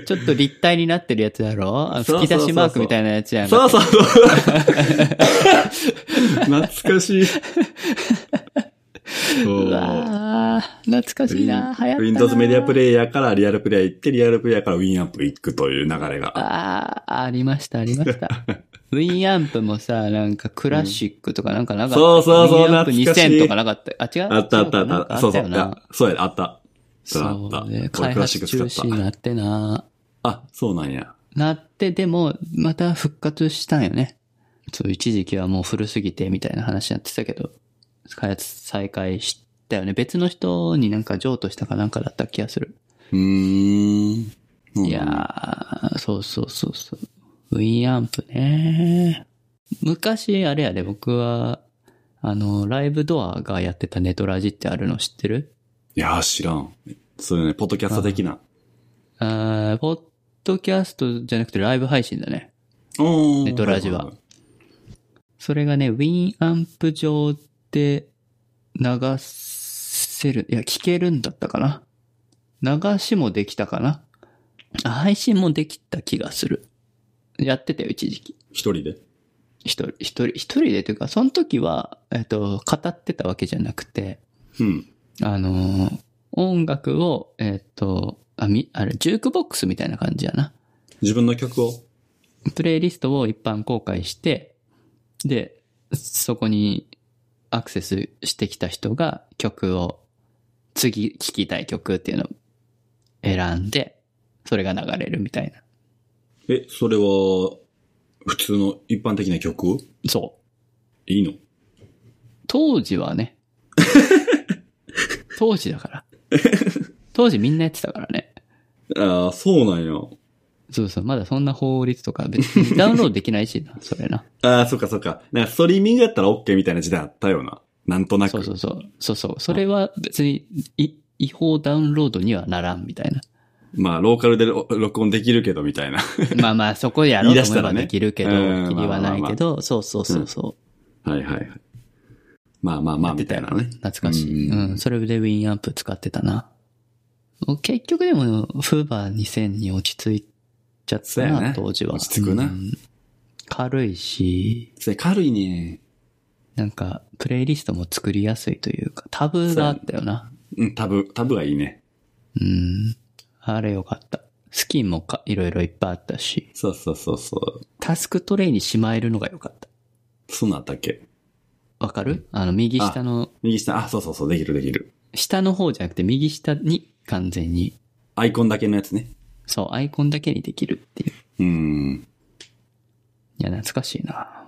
ちょっと立体になってるやつやろあの
そうそ
吹
うそうそ
き出
う
しマークみたいなやつやん。
そうそうそう。懐か しい。そう
うわー懐かしいな。流行ったな。
Windows メディアプレイヤーからリアルプレイヤー行って、リアルプレイヤーから Win アップ行くという流れが。
ああ、ありました、あり ました。ウィンアンプもさ、なんかクラシックとかなんかなかった。
うんそうそうそう
ウィンアンプ
懐かしい
2000とかなかった。あ、違う
あったあったあ
違うな
っ
んか
た。
あ
そう
っ
そう。
たよ
い
な
や。そうやね、あった。そうあ
そ
った。
うね。
俺
開
クラ
発
シッ
中
ク使
止
っ
に
た。
なってな。
あ、そうなんや。
なって、でも、また復活したんよね。そう、一時期はもう古すぎてみたいな話やってたけど、開発再開したよね。別の人になんか譲渡したかなんかだった気がする。
うーん。うん
いやー、そうそうそうそう。ウィンアンプね。昔、あれやで、僕は、あの、ライブドアがやってたネトラジってあるの知ってる
いやー、知らん。そういうね、ポッドキャスト的な。
あーポッドキャストじゃなくてライブ配信だね。
うん
ネトラジは。それがね、ウィンアンプ上で流せる、いや、聞けるんだったかな。流しもできたかな。あ配信もできた気がする。やってたよ、一時期。
一人で。
一人、一人、一人でというか、その時は、えっと、語ってたわけじゃなくて、
うん。
あのー音楽を、えっと、あ、み、あれ、ジュークボックスみたいな感じやな。
自分の曲を。
プレイリストを一般公開して、で、そこにアクセスしてきた人が曲を、次聴きたい曲っていうのを選んで、それが流れるみたいな。
え、それは、普通の一般的な曲
そう。
いいの
当時は ね。当時だから。当時みんなやってたからね。
ああ、そうなんや。
そうそう、まだそんな法律とか別 にダウンロードできないしな、それな。
ああ、そっかそっか。なんか、ストリーミングやったら OK みたいな時代あったよな。なんとなく。
そうそうそう。そうそう。それは別にい違法ダウンロードにはならんみた いな。
まあ、ローカルでろ録音できるけど、みたいな。
まあまあ、そこやろうと思えば
言
で
い出
きるけ
した
ど、
らねうん
きりはない
まあ
け
ま
ど、そうそうそうそ う。
はいはいはい。まあまあまあ、みたいなね。
懐かしい。
う
うんん、それでウィンアンプ使ってたな。もう結局でも、フーバー2000に落ち着いちゃった
そうや
な、
ね
当時は。
落ち着くな
うん軽いし、
それ軽いね。
なんか、プレイリストも作りやすいというか、タブがあったよな。
うん、タブ、タブがいいね。
うん。あれよかった。スキンもかいろいろいっぱいあったし、
そうそうそうそう。
タスクトレイにしまえるのがよかった。
そんなんあったっけ
わかるあの、右下の、
右下、あ、そうそうそう、できるできる。
下の方じゃなくて右下に完全に、
アイコンだけのやつね。
そう、アイコンだけにできるっていう。
うーん。
いや、懐かしいな。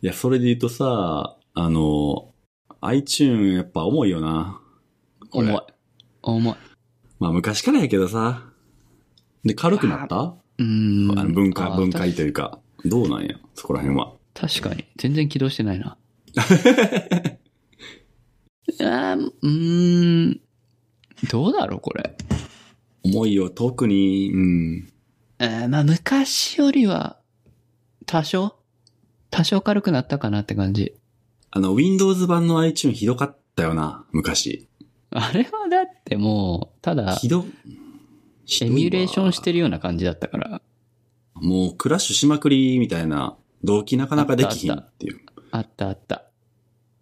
いや、それで言うとさ、あの、iTune やっぱ重いよな。これ
重い。重い。
まあ昔からやけどさ。で、軽くなったあ
うーん。
の分解、
あ
分解というか、どうなんや、そこら辺は。
た確かに。全然起動してな いな。あーうーん。どうだろう、これ。
重いよ、特に、うん。
えーまあ、昔よりは、多少多少軽くなったかなって感じ。
あの、Windows 版の iTune ひどかったよな、昔。
あれはだってもう、ただ
ひ、ど、ひど
エ
いわ
ミュレーションしてるような感じだったから。
もうクラッシュしまくりみたいな、動機なかなかできひんっていう。
あったあった。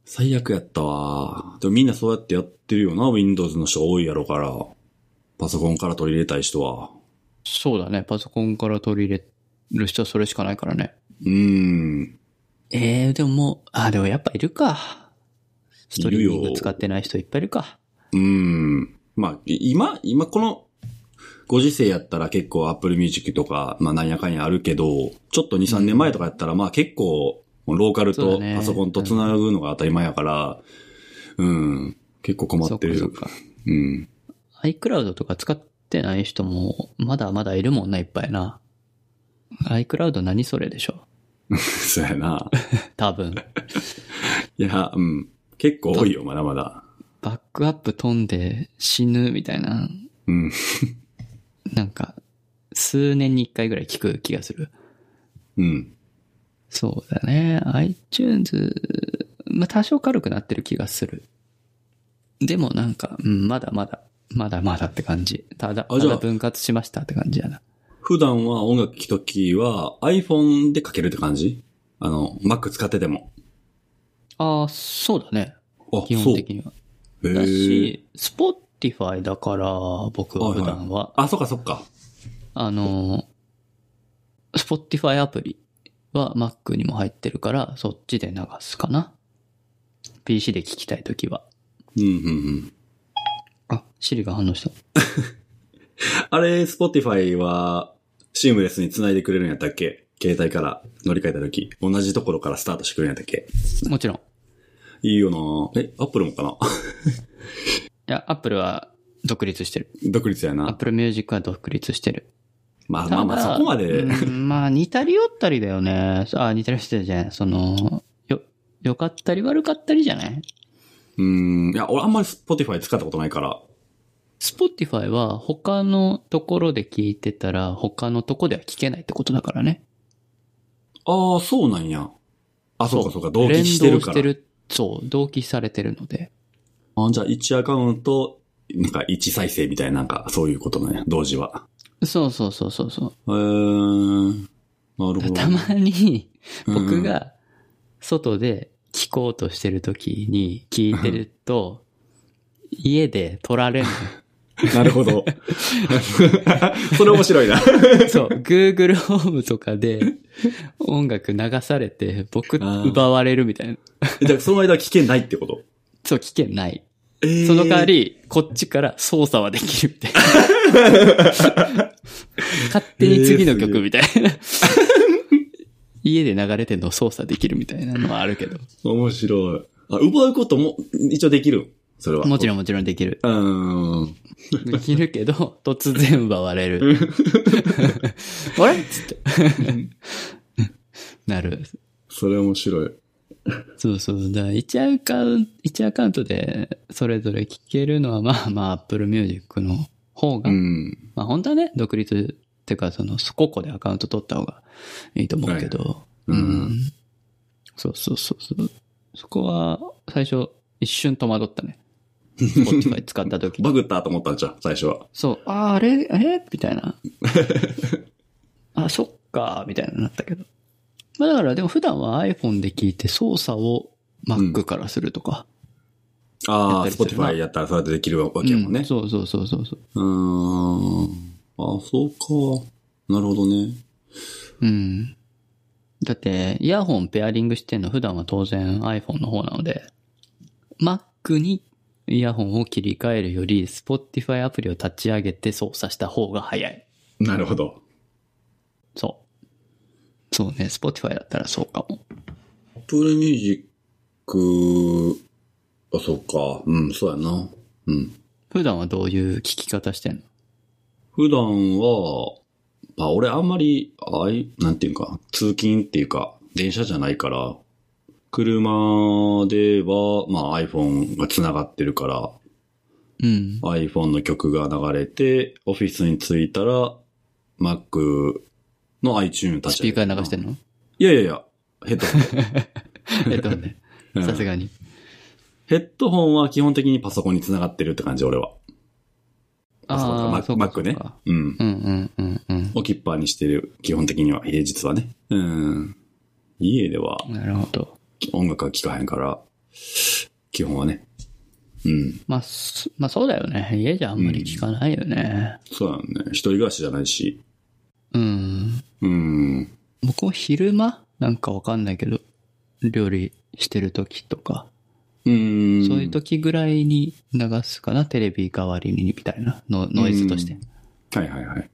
最悪やったわ。でもみんなそうやってやってるよな、Windows の人多いやろから。パソコンから取り入れたい人は。
そうだね。パソコンから取り入れる人はそれしかないからね。
うーん。
えー、でももう、あ、でもやっぱいるか。ストリーミン
いる
グ
よ
使ってない人いっぱいいるか。
うーん。まあ、い今、今この、ご時世やったら結構 Apple Music とか、まあなんやかんやあるけど、ちょっと2、3年前とかやったら、まあ結構、ローカル
そうだ
と
ね
パソコンと繋ぐのが当たり前やから、うん。結構困
そ
っ
ってか
る。
そっか。
うん。
iCloud とか使ってない人も、まだまだいるもんな、いっぱいな。iCloud 何それでしょ
そうやな。
多分。
いや、うん。結構多いよ、まだまだ。
バックアップ飛んで死ぬみたいな、
うん。
なんか、数年に一回ぐらい聞く気がする。
うん。
そうだね。iTunes、まあ多少軽くなってる気がする。でもなんか、うん、まだまだ、まだまだって感じ。ただ、
あ
た
じゃあ
だ分割しましたって感じやな。
普段は音楽聴くときは iPhone でかけるって感じあの、Mac 使ってても。
ああ、そうだね。
あ、
基本的には。
そう。
だ
へえ。
し、Spotify だから、僕は普段は、
あ、そっかそっか。
あの、Spotify アプリは Mac にも入ってるから、そっちで流すかな。PC で聞きたいときは。
うん、うん、うん。
あ、Siri が反応した。
あれ、Spotify は、シームレスに繋いでくれるんやったっけ携帯から乗り換えたとき。同じところからスタートしてくれるんやったっけ
もちろん。い
いいよなえ、Apple もかな
や、Apple は独立してる。
独立やな。
Apple Music は独立してる。
まあまあま
ただ
あ、そこまで。
うんまあ、似たり寄ったりだよね。あ、似たり寄ったりじゃない。その、よ、良かったり悪かったりじゃない
うん。いや、俺あんまり Spotify 使ったことないから。
Spotify は他のところで聞いてたら他のとこでは聞けないってことだからね。
ああ、そうなんや。あ、そうかそうか、同期して
連
る
動
か
し
ら
て。る。そう、同期されてるので。
あじゃあ1アカウント、なんか1再生みたいな、なんかそういうことね、同時は。
そうそうそうそうそ
えー、なるほ
う。
ど。
たまに
うんうん
僕、が外で聞こうとしてる時に聞いてると、家で取られる
なるほど。 それ面白いな。
の。そう、Google ホームとかで音楽流されて僕
あー
奪われるみたいな。
じゃあその間は聞けないってこと
そう、聞けない。
えー
その代わ。り、こっちから操作はできるみたいな。 勝手に次の曲みたいな。家で流れてるのを操作できるみたいなのはある けど。
面白い。あ、奪うことも、一応できるそれは。
もち
ろん。
ろんもちろんできる。
うん。
できるけど、 突然奪われる。 あれっつって。なる。
それ面白い。
そうそう。だから1アカウント、1アカウントでそれぞれ聞けるのは、まあまあ、Apple Music の方が
うん。
まあ本当はね、独立っていうか、その、個々でアカウント取った方がいいと思うけど、
うん
そうそうそうそう。そこは、最初、一瞬戸惑ったね。Spotify 使った時
バ
に。
グったと思ったんじゃん、最初は。
そう、あー、あれ、えみたいな。あ、そっか、みたいなのになったけど。まあだからでも普段は iPhone で聞いて操作を Mac からするとか。
あ
や
あ、
ったりするな
Spotify やったらそうやってできるわけやもん
うん
ね。
そうそうそうそうそう。
うーん。あ、そうか。なるほどね。
うん。だって、イヤホンペアリングしてんの普段は当然 iPhone の方なので、Mac にイヤホンを切り替えるより、Spotify アプリを立ち上げて操作した方が早い。
なるほど。
そう。そうね、Spotify だったらそうかも。
Apple Music、あ、そうか。うん、そうやな。うん。
普段はどういう聞き方してんの
普段は、まあ、俺あんまり、あい、なんていうんか、通勤っていうか、電車じゃないから、車では、まあ iPhone が繋がってるから、
うん。
iPhone の曲が流れて、オフィスに着いたら、Mac の iTune 立
ス
ち
ピ
上
ー
げ
カー流してんの
いやいやいや、ヘッドホ ン。
えっとね、
うん
さすがに。
ヘッドホンは基本的にパソコンに繋がってるって感じ、俺は。パソコンとか
ああ、そうか
Mac Mac ね
そうか。
うん。
うんうんうんうん。
をキッパーにしてる、基本的には、平日はね。うん。家では
なるほど。
音楽は聴かへんから、基本はね。うん。
まあ、そまあそうだよね。家じゃあんまり聞かないよね。
そうだね。一人暮らしじゃないし。
うん。
うん。
僕も昼間なんかわかんないけど、料理してる時とか、
うん。
そういう時ぐらいに流すかな、テレビ代わりにみたいなのノイズとして。
はいはいはい。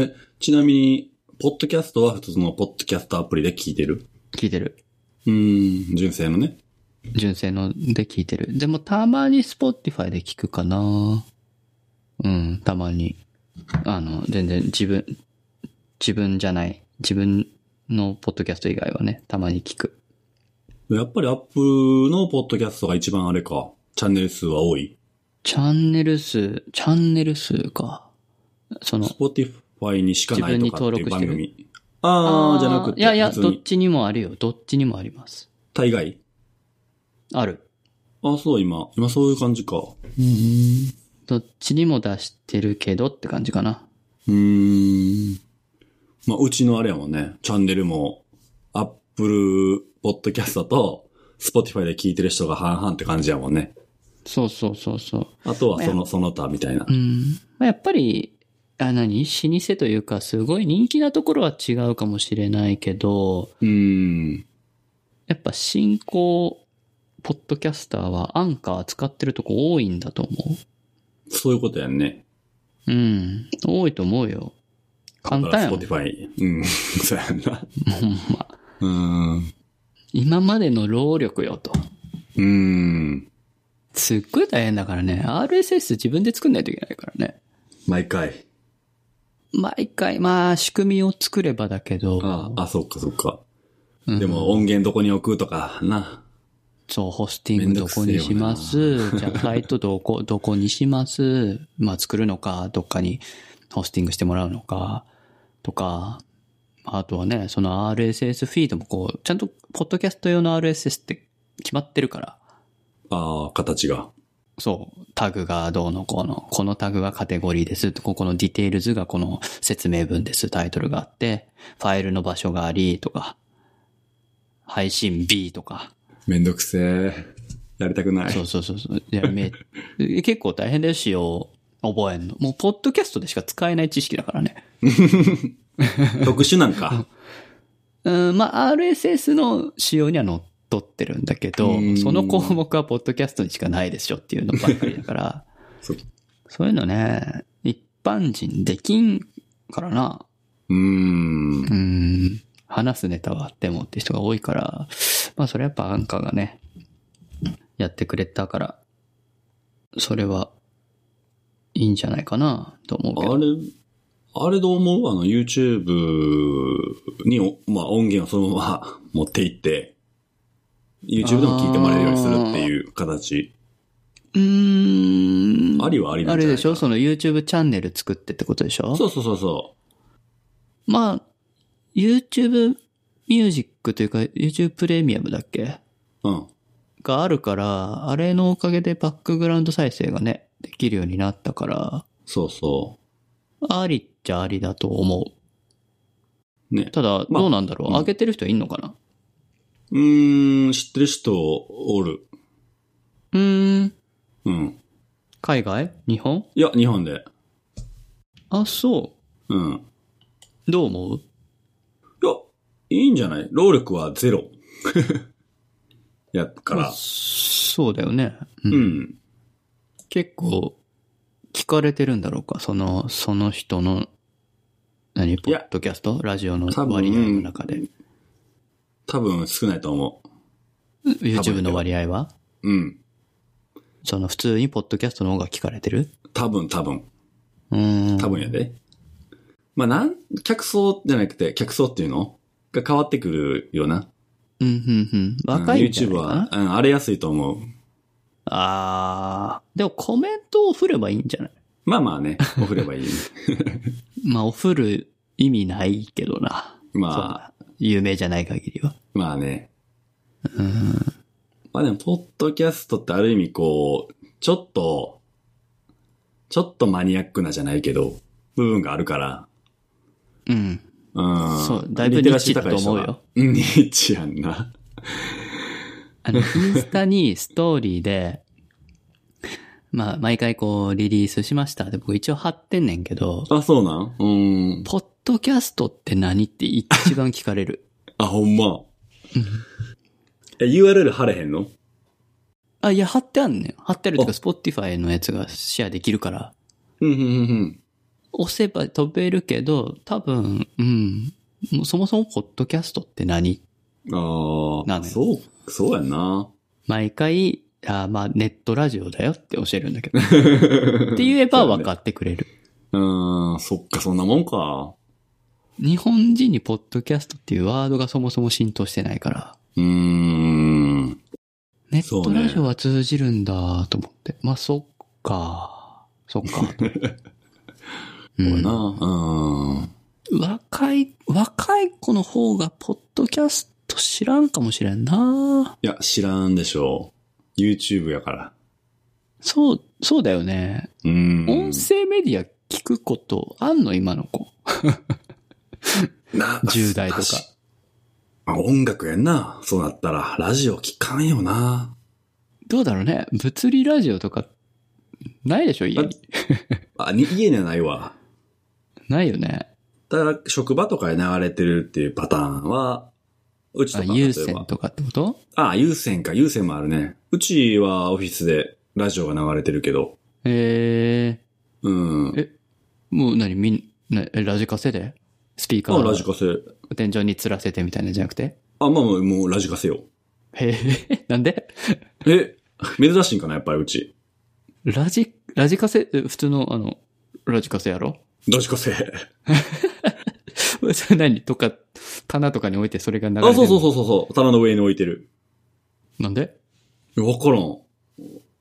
え、ちなみに、ポッドキャストは普通のポッドキャストアプリで聞いてる
聞いてる。
うん、純正のね。
純正ので聞いてる。でもたまに Spotify で聞くかなうん、たまに。あの、全然自分、自分じゃない。自分のポッドキャスト以外はね、たまに聞く。
やっぱりアップのポッドキャストが一番あれか、チャンネル数は多い。
チャンネル数、チャンネル数か。その、
Spotify にしかないとかっていう番
自分に
組。あー、じゃなくて、
いやいや、
普通
どっ
に
ちにもあるよ。どっちにもあります。
大概
ある。
あ、そう、今。今そういう感じか。
どっちにも出してるけどって感じかな。
うーん。まあ、うちのあれやもんね。チャンネルも、アップルポッドキャストと、Spotify で聞いてる人が半々って感じやもんね。
そうそうそうそう。
あとはその、その他みたいな
う。ん。まあ、やっぱり、あ、何老舗というか、すごい人気なところは違うかもしれないけど、
うん。
やっぱ新興、ポッドキャスターはアンカー使ってるとこ多いんだと思
そういうことやんね。
う。うん。多いと思うよ。簡単やもん。
Spotify。うん。 そうやんな。
ほんま。
うん。
今までの労力よと。
うん。
すっごい大変だからね。RSS 自分で作んないといけないからね。
毎回。
毎回、まあ、仕組みを作ればだけど、
ああ、そっかそっか。
うん
でも音源どこに置くとか、な。
そう、ホスティ
め
ン
ん
グ
ど
ど
くせ
こ
えよな
にします。じゃあ、サイトど こ、どこにします。まあ、作るのか、どっかにホスティングしてもらうのか、とか、あとはね、その RSS フィードもこう、ちゃんと、ポッドキャスト用の RSS って決まってるから、
ああ、形が。
そう、タグがどうのこうの、このタグがカテゴリーです、ここのディテールズがこの説明文です、タイトルがあって、ファイルの場所があり、とか、配信 B とか、
めんどくせえ。やりたくない。
そうそうそうそう。いや、め、 結構大変だよ、仕様覚えんの。もう、ポッドキャストでしか使えない知識だからね。
特殊なんか。
うん、まあ、RSS の仕様にはのっとってるんだけど
うん、
その項目はポッドキャストにしかないでしょっていうのばっかりだから、
そう
そういうのね、一般人できんからな。
うん。
うん、話すネタはあってもって人が多いから、まあ、それやっぱアンカーがね、やってくれたから、それは、いいんじゃないかな、と思うけど
あ。れ、あれどう思うあの、YouTube にお、まあ、音源をそのまま 持っていって、YouTube でも聞いてもらえるようにするっていう形。
うーん。
ありはありなん
あ
じ
れ
ゃない
でしょその YouTube チャンネル作ってってことでしょ
そうそうそうそ
まあ、YouTube ミュージックというか YouTube プレミアムだっけ
う。うん。
があるから、あれのおかげでバックグラウンド再生がね、できるようになったから、
そうそ
ありちゃありだと思
ね
う。。ただ、
まあ
どうなんだろう、
うん
上げてる人いんのかな
うーん、知ってる人おる。
うーん。
うん。
海外日本
いや、日本で。
あ、そ
うん。
う。どう思う
いや、いいんじゃない労力はゼロ。 やっか
まあ
ら。
そうだよね。う
うんん。
結構、聞かれてるんだろうかその、その人の、何ポ
や
ッドキャストラジオの
多分
割合の中で。
多分少ないと思
YouTube の割合は
う。うん。
その普通にポッドキャストの方が聞かれてる
多分、多分。
うーん。
多分やで。まあ、なん、客層じゃなくて、客層っていうのが変わってくるよな。
うん、うん、うん。若いんじゃない
YouTube
かな、
は、うん、荒れやすいと思う。
あー。でもコメントを振ればいいんじゃない
まあまあね、お振れ ばいい。
まあ、お振る意味ないけどな。
ま
あ。有名じゃない限りは。
まあね。まあでも、ポッドキャストってある意味こう、ちょっと、ちょっとマニアックなじゃないけど、部分があるから。
うん。
うん。
そうだいぶ
リテラシー
ニッチだと思うよ
高い人が。うんニッチやんな。
あ の、インスタにストーリーで、まあ、毎回こう、リリースしました。で、僕一応貼ってんねんけど、
あ、そうなんうん。
ポッドキャストって何って一番聞かれ る。
あ、ほんま。え、URL 貼れへんの
あ、いや、貼ってあんねん。貼ってあるっていうか、
あ
スポティファイのやつがシェアできるから、
うん、うん、うん。
押せば飛べるけど、多分、うん。もうそもそもポッドキャストって何
うんあ
な
あ、
のよ
そう、そうやんな。
毎回、あまあ、ネットラジオだよって教えるんだ けど。って言えば分かってくれる。
うん、そっか、そんなもんか。
日本人にポッドキャストっていうワードがそもそも浸透してないから、
うーん。
ネ
そ
ッ
う
ト
ね
ラジオは通じるんだと思って。まあ、そっか。そっか。 う
そうや
ん、
な。うん。
若い、若い子の方がポッドキャスト知らんかもしれんない
や、知らんでしょう。YouTube やから。
そう、そうだよね。
うん。
音声メディア聞くことあんの今の子。
な
10代とか。
あ音楽やんな。そうなったら、ラジオ聞かんよな。
どうだろうね。物理ラジオとか、ないでしょ家に
ああ、に家にはないわ。
ないよね。
だから、職場とかで流れてるっていうパターンは、うちと
あ、
か、
有
例え
線
ば。
とかってこと
あ、有線か、有線もあるね。うちはオフィスでラジオが流れてるけど。
え
うん。
えー、もう何みんな、えラジカセでスピーカー
あ、ラジ
を
カセ。
天井に吊らせてみたいなんじゃなくて
あ、まあまあ、もうラジカセよ。
へえ、 なんで
え、珍しいんかな、やっぱりうち。
ラジ、ラジカセ、え普通のあの、ラジカセやろ
ラジカセ。
それ何とか、棚とかに置いてそれが流れてんの
あ、そうそうそうそうそう。棚の上に置いてる。
なんで
いやわからん。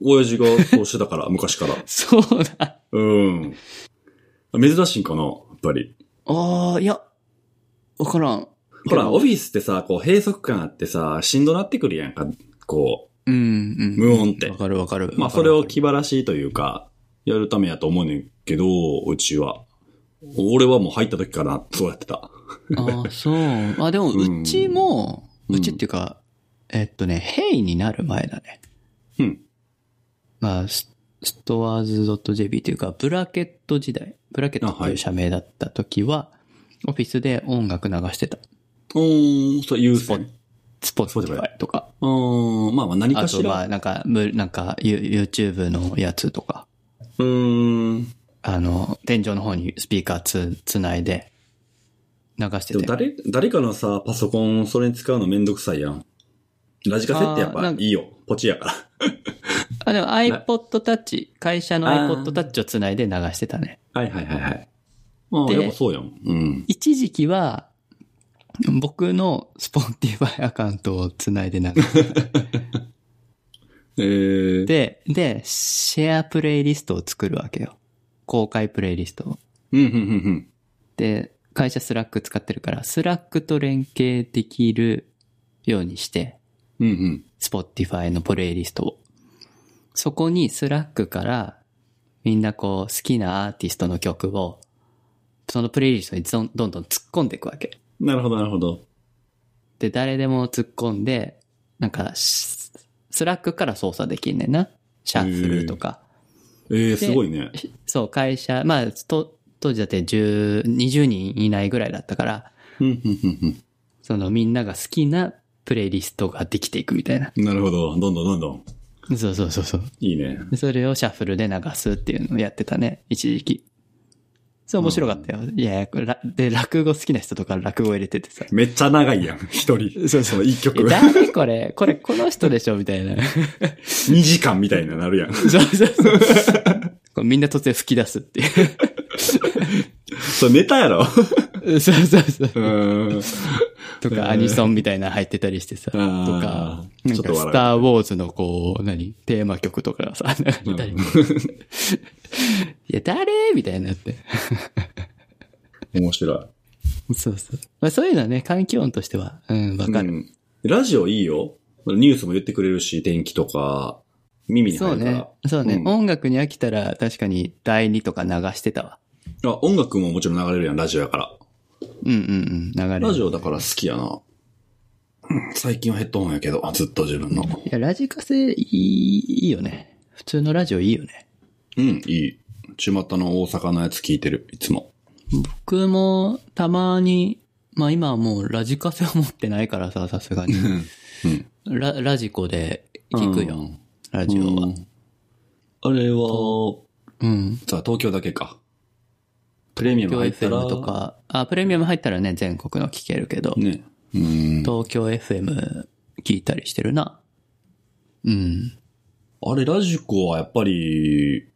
親父がそうしてたから、 昔から。
そうだ。
うん。珍しいんかなやっぱり。
ああ、いや、わからん。
ほら、
う
オ
ん、
フィスってさ、こう、閉塞感あってさ、しんどなってくるやんか。こ
うん。
無音って
わかるわかる。
う。まあ、
わか
それ
るわ
を
かる
気晴らしいというか、やるためやと思うねんけど、うちは。俺はもう入った時から、そうやってた。
ああ、そう。あ、でも、
うん
うちも、
うん
うちっていうか、えっとね、ヘイになる前だね。
うん。
まあ、スストアーズ .jp っていうか、ブラケット時代、ブラケットって
あ
い
は
う
い
社名だった時は、オフィスで音楽流してた。
うーん、そう、優先。
スポッ
そう
テ
だ
ィ
よ
ファイとか。
うーん、まあまあ、何
あ
か
と、
し
ま
ら。
あ、なんか、むなんか、ユ YouTube のやつとか。
うーん。
あの、天井の方にスピーカーつ、つないで、流して
でも
て。
誰、誰かのさ、パソコン、それに使うのめんどくさいやん。ラジカセってやっ
あーな
ぱ
ん
い
か
いよ。ポチやから。
あ、でも iPod Touch、会社の
あ
iPod
ー
Touch をつないで流してたね。
はいはいはいはい。ああ、
で
やっぱそうやん。うん。
一時期は、僕の Spotify アカウントをつないで流し
えー、
て、で、シェアプレイリストを作るわけよ。公開プレイリストを。
うん、うん、うん、
で、会社スラック使ってるから、スラックと連携できるようにして、
うん。うん、うん。
Spotify のプレイリストを。そこにスラックからみんなこう好きなアーティストの曲をそのプレイリストにどんどんどん突っ込んでいくわけ。
なるほど、なるほど。
で、誰でも突っ込んで、なんか、ススラックから操作できんねんな。シャッフルとか。
ええすごいね。
そう、会社、まあ、と当時だって10、20人いないぐらいだったから、
うん、うん、うん、
そのみんなが好きなプレイリストができていくみたいな。
うん。なるほど。どんどんどんどん。
そうそうそうそう。
いいね。
でそれをシャッフルで流すっていうのをやってたね、一時期。そう、面白かったよ。いやいや、これらで、落語好きな人とか落語入れててさ。
めっちゃ長いやん。一人。そうそう。一曲
え、。誰これこれこの人でしょみたいな。
二時間みたいななるやん。
そうそうそう。こうみんな突然吹き出すっていう
それネタやろ。
うん。そうそうそう。
うーん。
とか、アニソンみたいなの入ってたりしてさ。と
あー
か、なん
ちょっと
か、
笑う
スター・ウォーズのこう、何テーマ曲とかがさ、流れたり。いや、誰みたいになって。
面白い。
そうそう。まあそういうのはね、環境音としては、うん、わか
う
る。
ん。ラジオいいよ。ニュースも言ってくれるし、天気とか、耳に入
そう
るから。
ね。そうね、
うん
音楽に飽きたら、確かに第2とか流してたわ。
あ、音楽ももちろん流れるやん、ラジオやから。
うんうんうん、流れる。
ラジオだから好きやな。うん最近はヘッドホンやけど、ずっと自分の。
いや、ラジカセいいいいよね。普通のラジオいいよね。
うん、いい。ちまたの大阪のやつ聞いてる、いつも。
僕もたまに、まあ今はもうラジカセを持ってないからさ、さすがに。
うん。
ララジコで聞くよ、
うん
ラジオは。
あれは、
うん。
さあ、東京だけか。プレミアム入ったら。
FM と。か、あ、プレミアム入ったらね、全国の聞けるけど、
ね。うん。
東京 FM 聞いたりしてるな。うん。
あれ、ラジコはやっぱり、え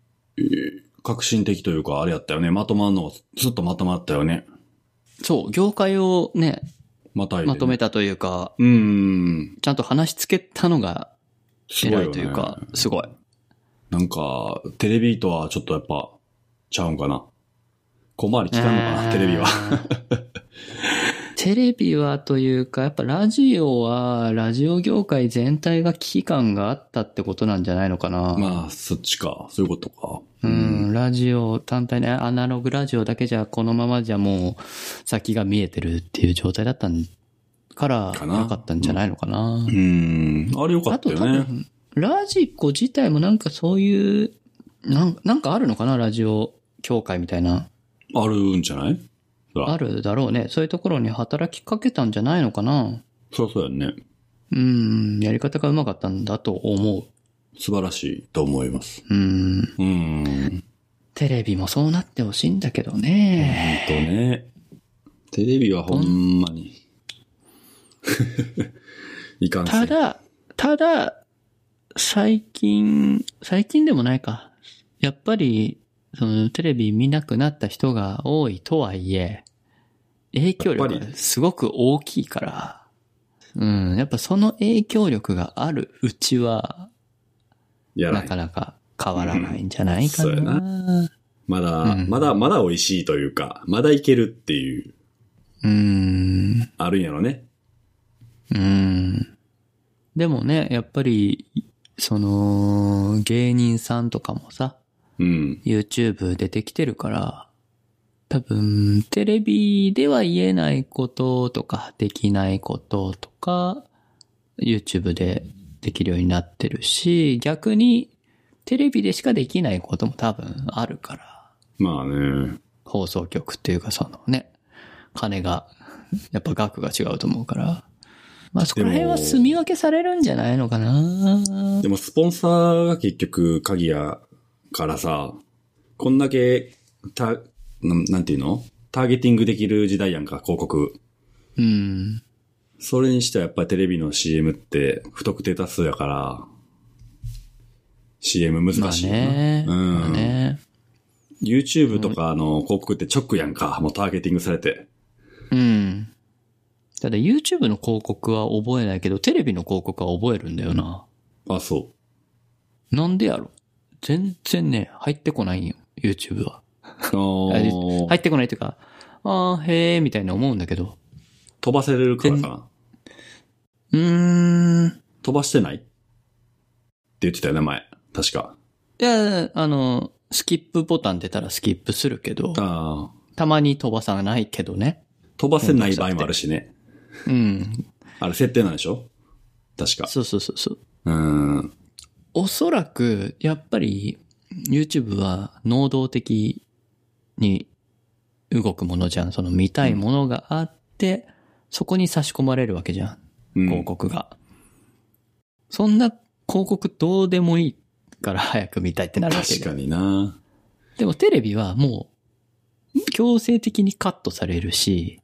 ー革新的というか、あれやったよね。まとまんの、ずっとまとまったよね。
そう、業界をね、
またいでね
まとめたというか、
うーん。
ちゃんと話しつけたのが
すごい
偉
よ
いと
ね。
いうか、すごい。
なんか、テレビとはちょっとやっぱ、ちゃうんかな。小回りきたのか
え
な、
ー
テレ ビは。。
テレビはというか、やっぱラジオは、ラジオ業界全体が危機感があったってことなんじゃないのかな。
まあ、そっちか。そういうことか。
うん、ラジオ単体ね、アナログラジオだけじゃ、このままじゃもう先が見えてるっていう状態だったんから、
かな
よかったんじゃないのかな。
うーん。あれよか
あ
った
と
よ
多
ね。
分、ラジコ自体もなんかそういう、なんなんかあるのかな、ラジオ協会みたいな。
あるんじゃないそ
あ
ら。
るだろうね。そういうところに働きかけたんじゃないのかな。
そらそうやんね。
うん、やり方がうまかったんだと思
素晴らしいと思います。
う。うん、
うーん。
テレビもそうなってほしいんだけどね。
ほんとね。テレビはほんまに。 いかんせ
た
ん。
だ、ただ、最近、最近でもないか。やっぱり、そのテレビ見なくなった人が多いとはいえ、影響力
やっぱ
がすごく大きいから、うん、やっぱその影響力があるうちは、
やら
な
へん
かなか変わらないんじゃないか
うんそうや
な。
まだ、
うん
まだ、まだ美味しいというか、まだいけるっていう、
うん、
あるんやろね。
うん。でもね、やっぱり、その、芸人さんとかもさ、
うん。
YouTube 出てきてるから、多分、テレビでは言えないこととか、できないこととか、YouTube でできるようになってるし、逆に、テレビでしかできないことも多分あるから、
まあね。
放送局っていうか、そのね、金が、 やっぱ額が違うと思うから、まあそこら辺は住み分けされるんじゃないのかな
でも、スポンサーが結局、鍵やからさ、こんだけ、た、なんなんていうのターゲティングできる時代やんか、広告。
うん。
それにしてはやっぱりテレビの CM って不特定多数やから、CM
まあ
難しいよな。
ね。
うん
まあね。
YouTube とかの広告って直やんか、もうターゲティングされて。
うん。ただ YouTube の広告は覚えないけど、テレビの広告は覚えるんだよな。
あ、そ
なんでやろ全然ね、入ってこないんよ、YouTube は。
う。あー
入ってこないというか、あー、へー、みたいな思うんだけど。
飛ばせれるからかな。
うーん。
飛ばしてないって言ってたよね、前。確か。
いや、あの、スキップボタン出たらスキップするけど、
ああ。
たまに飛ばさないけどね。
飛ばせない場合もあるしね。
うん。
あれ設定なんでしょ確か。
そうそうそうそう。
うーん。
おそらく、やっぱり、YouTube は能動的に動くものじゃん。その見たいものがあって、そこに差し込まれるわけじゃ。
うんん
広告が。そんな広告どうでもいいから早く見たいってなるわけ
確
じゃ
か
ん。
にな
でもテレビはもう、強制的にカットされるし、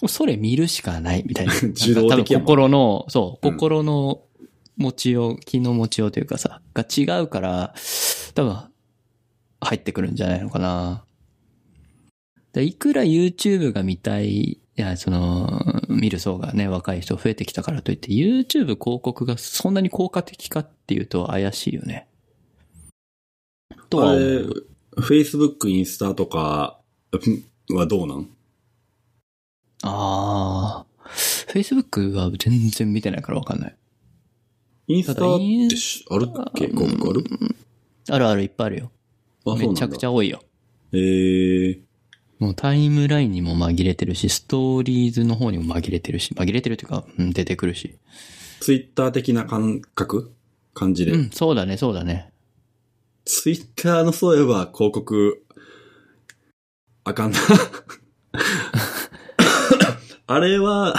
もうそれ見るしかないみたいな。
自動的やもん
なんか多分心の、そう、
うん
心の持ちよう、気の持ちようというかさ、が違うから、多分、入ってくるんじゃないのかな。でいくら YouTube が見たい、いや、その、見る層がね、若い人増えてきたからといって、YouTube 広告がそんなに効果的かっていうと怪しいよね。と
あ
は思
れ
う。、
Facebook、インスタとかうんはどうなん
ああ。Facebook は全然見てないからわかんない。
インス
ただ
タっ
イン
てしあるっけ
うん
広告ある
あるあるいっぱいあるよ。
あ、そうなんだ。
めちゃくちゃ多いよ。
えー、
もうタイムラインにも紛れてるし、ストーリーズの方にも紛れてるし、紛れてるというか、うん、出てくるし。
ツイッター的な感覚感じで。
うん、そうだね、そうだね。
ツイッターのそういえば広告、あ かんな。あれは、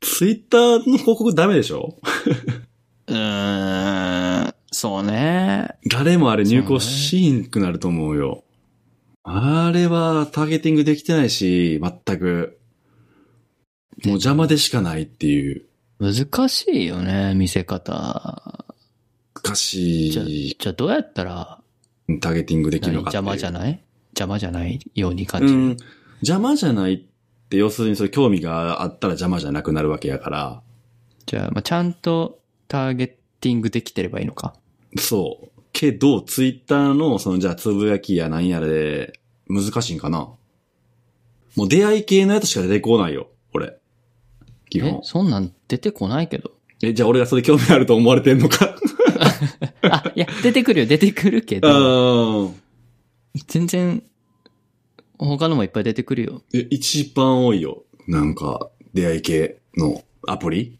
ツイッターの広告ダメでしょ
うーん、そうね。
誰もあれ入稿しんくなると思うよ。あれはターゲティングできてないし、全く。もう邪魔でしかないっていう。
難しいよね、見せ方。
難し
じゃあ、
い
じゃあどうやったら、
ターゲティングできる
何
のかってい
邪
う。
魔じゃない邪魔じゃないように感
う
じる。
ん。邪魔じゃないって、要するにそれ興味があったら邪魔じゃなくなるわけやから。
じゃあ、まあ、ちゃんとターゲッティングできてればいいのか。
そう。けど、ツイッターの、その、じゃあ、つぶやきやなんやらで、難しいんかなもう出会い系のやつしか出てこないよ、俺。基
え
本、。
そんなん出てこないけど。
え、じゃあ俺がそれ興味あると思われてんのか
あ、いや、出てくるよ、出てくるけど、
うん。
全然、他のもいっぱい出てくるよ。
え一番多いよ。なんか、出会い系のアプリ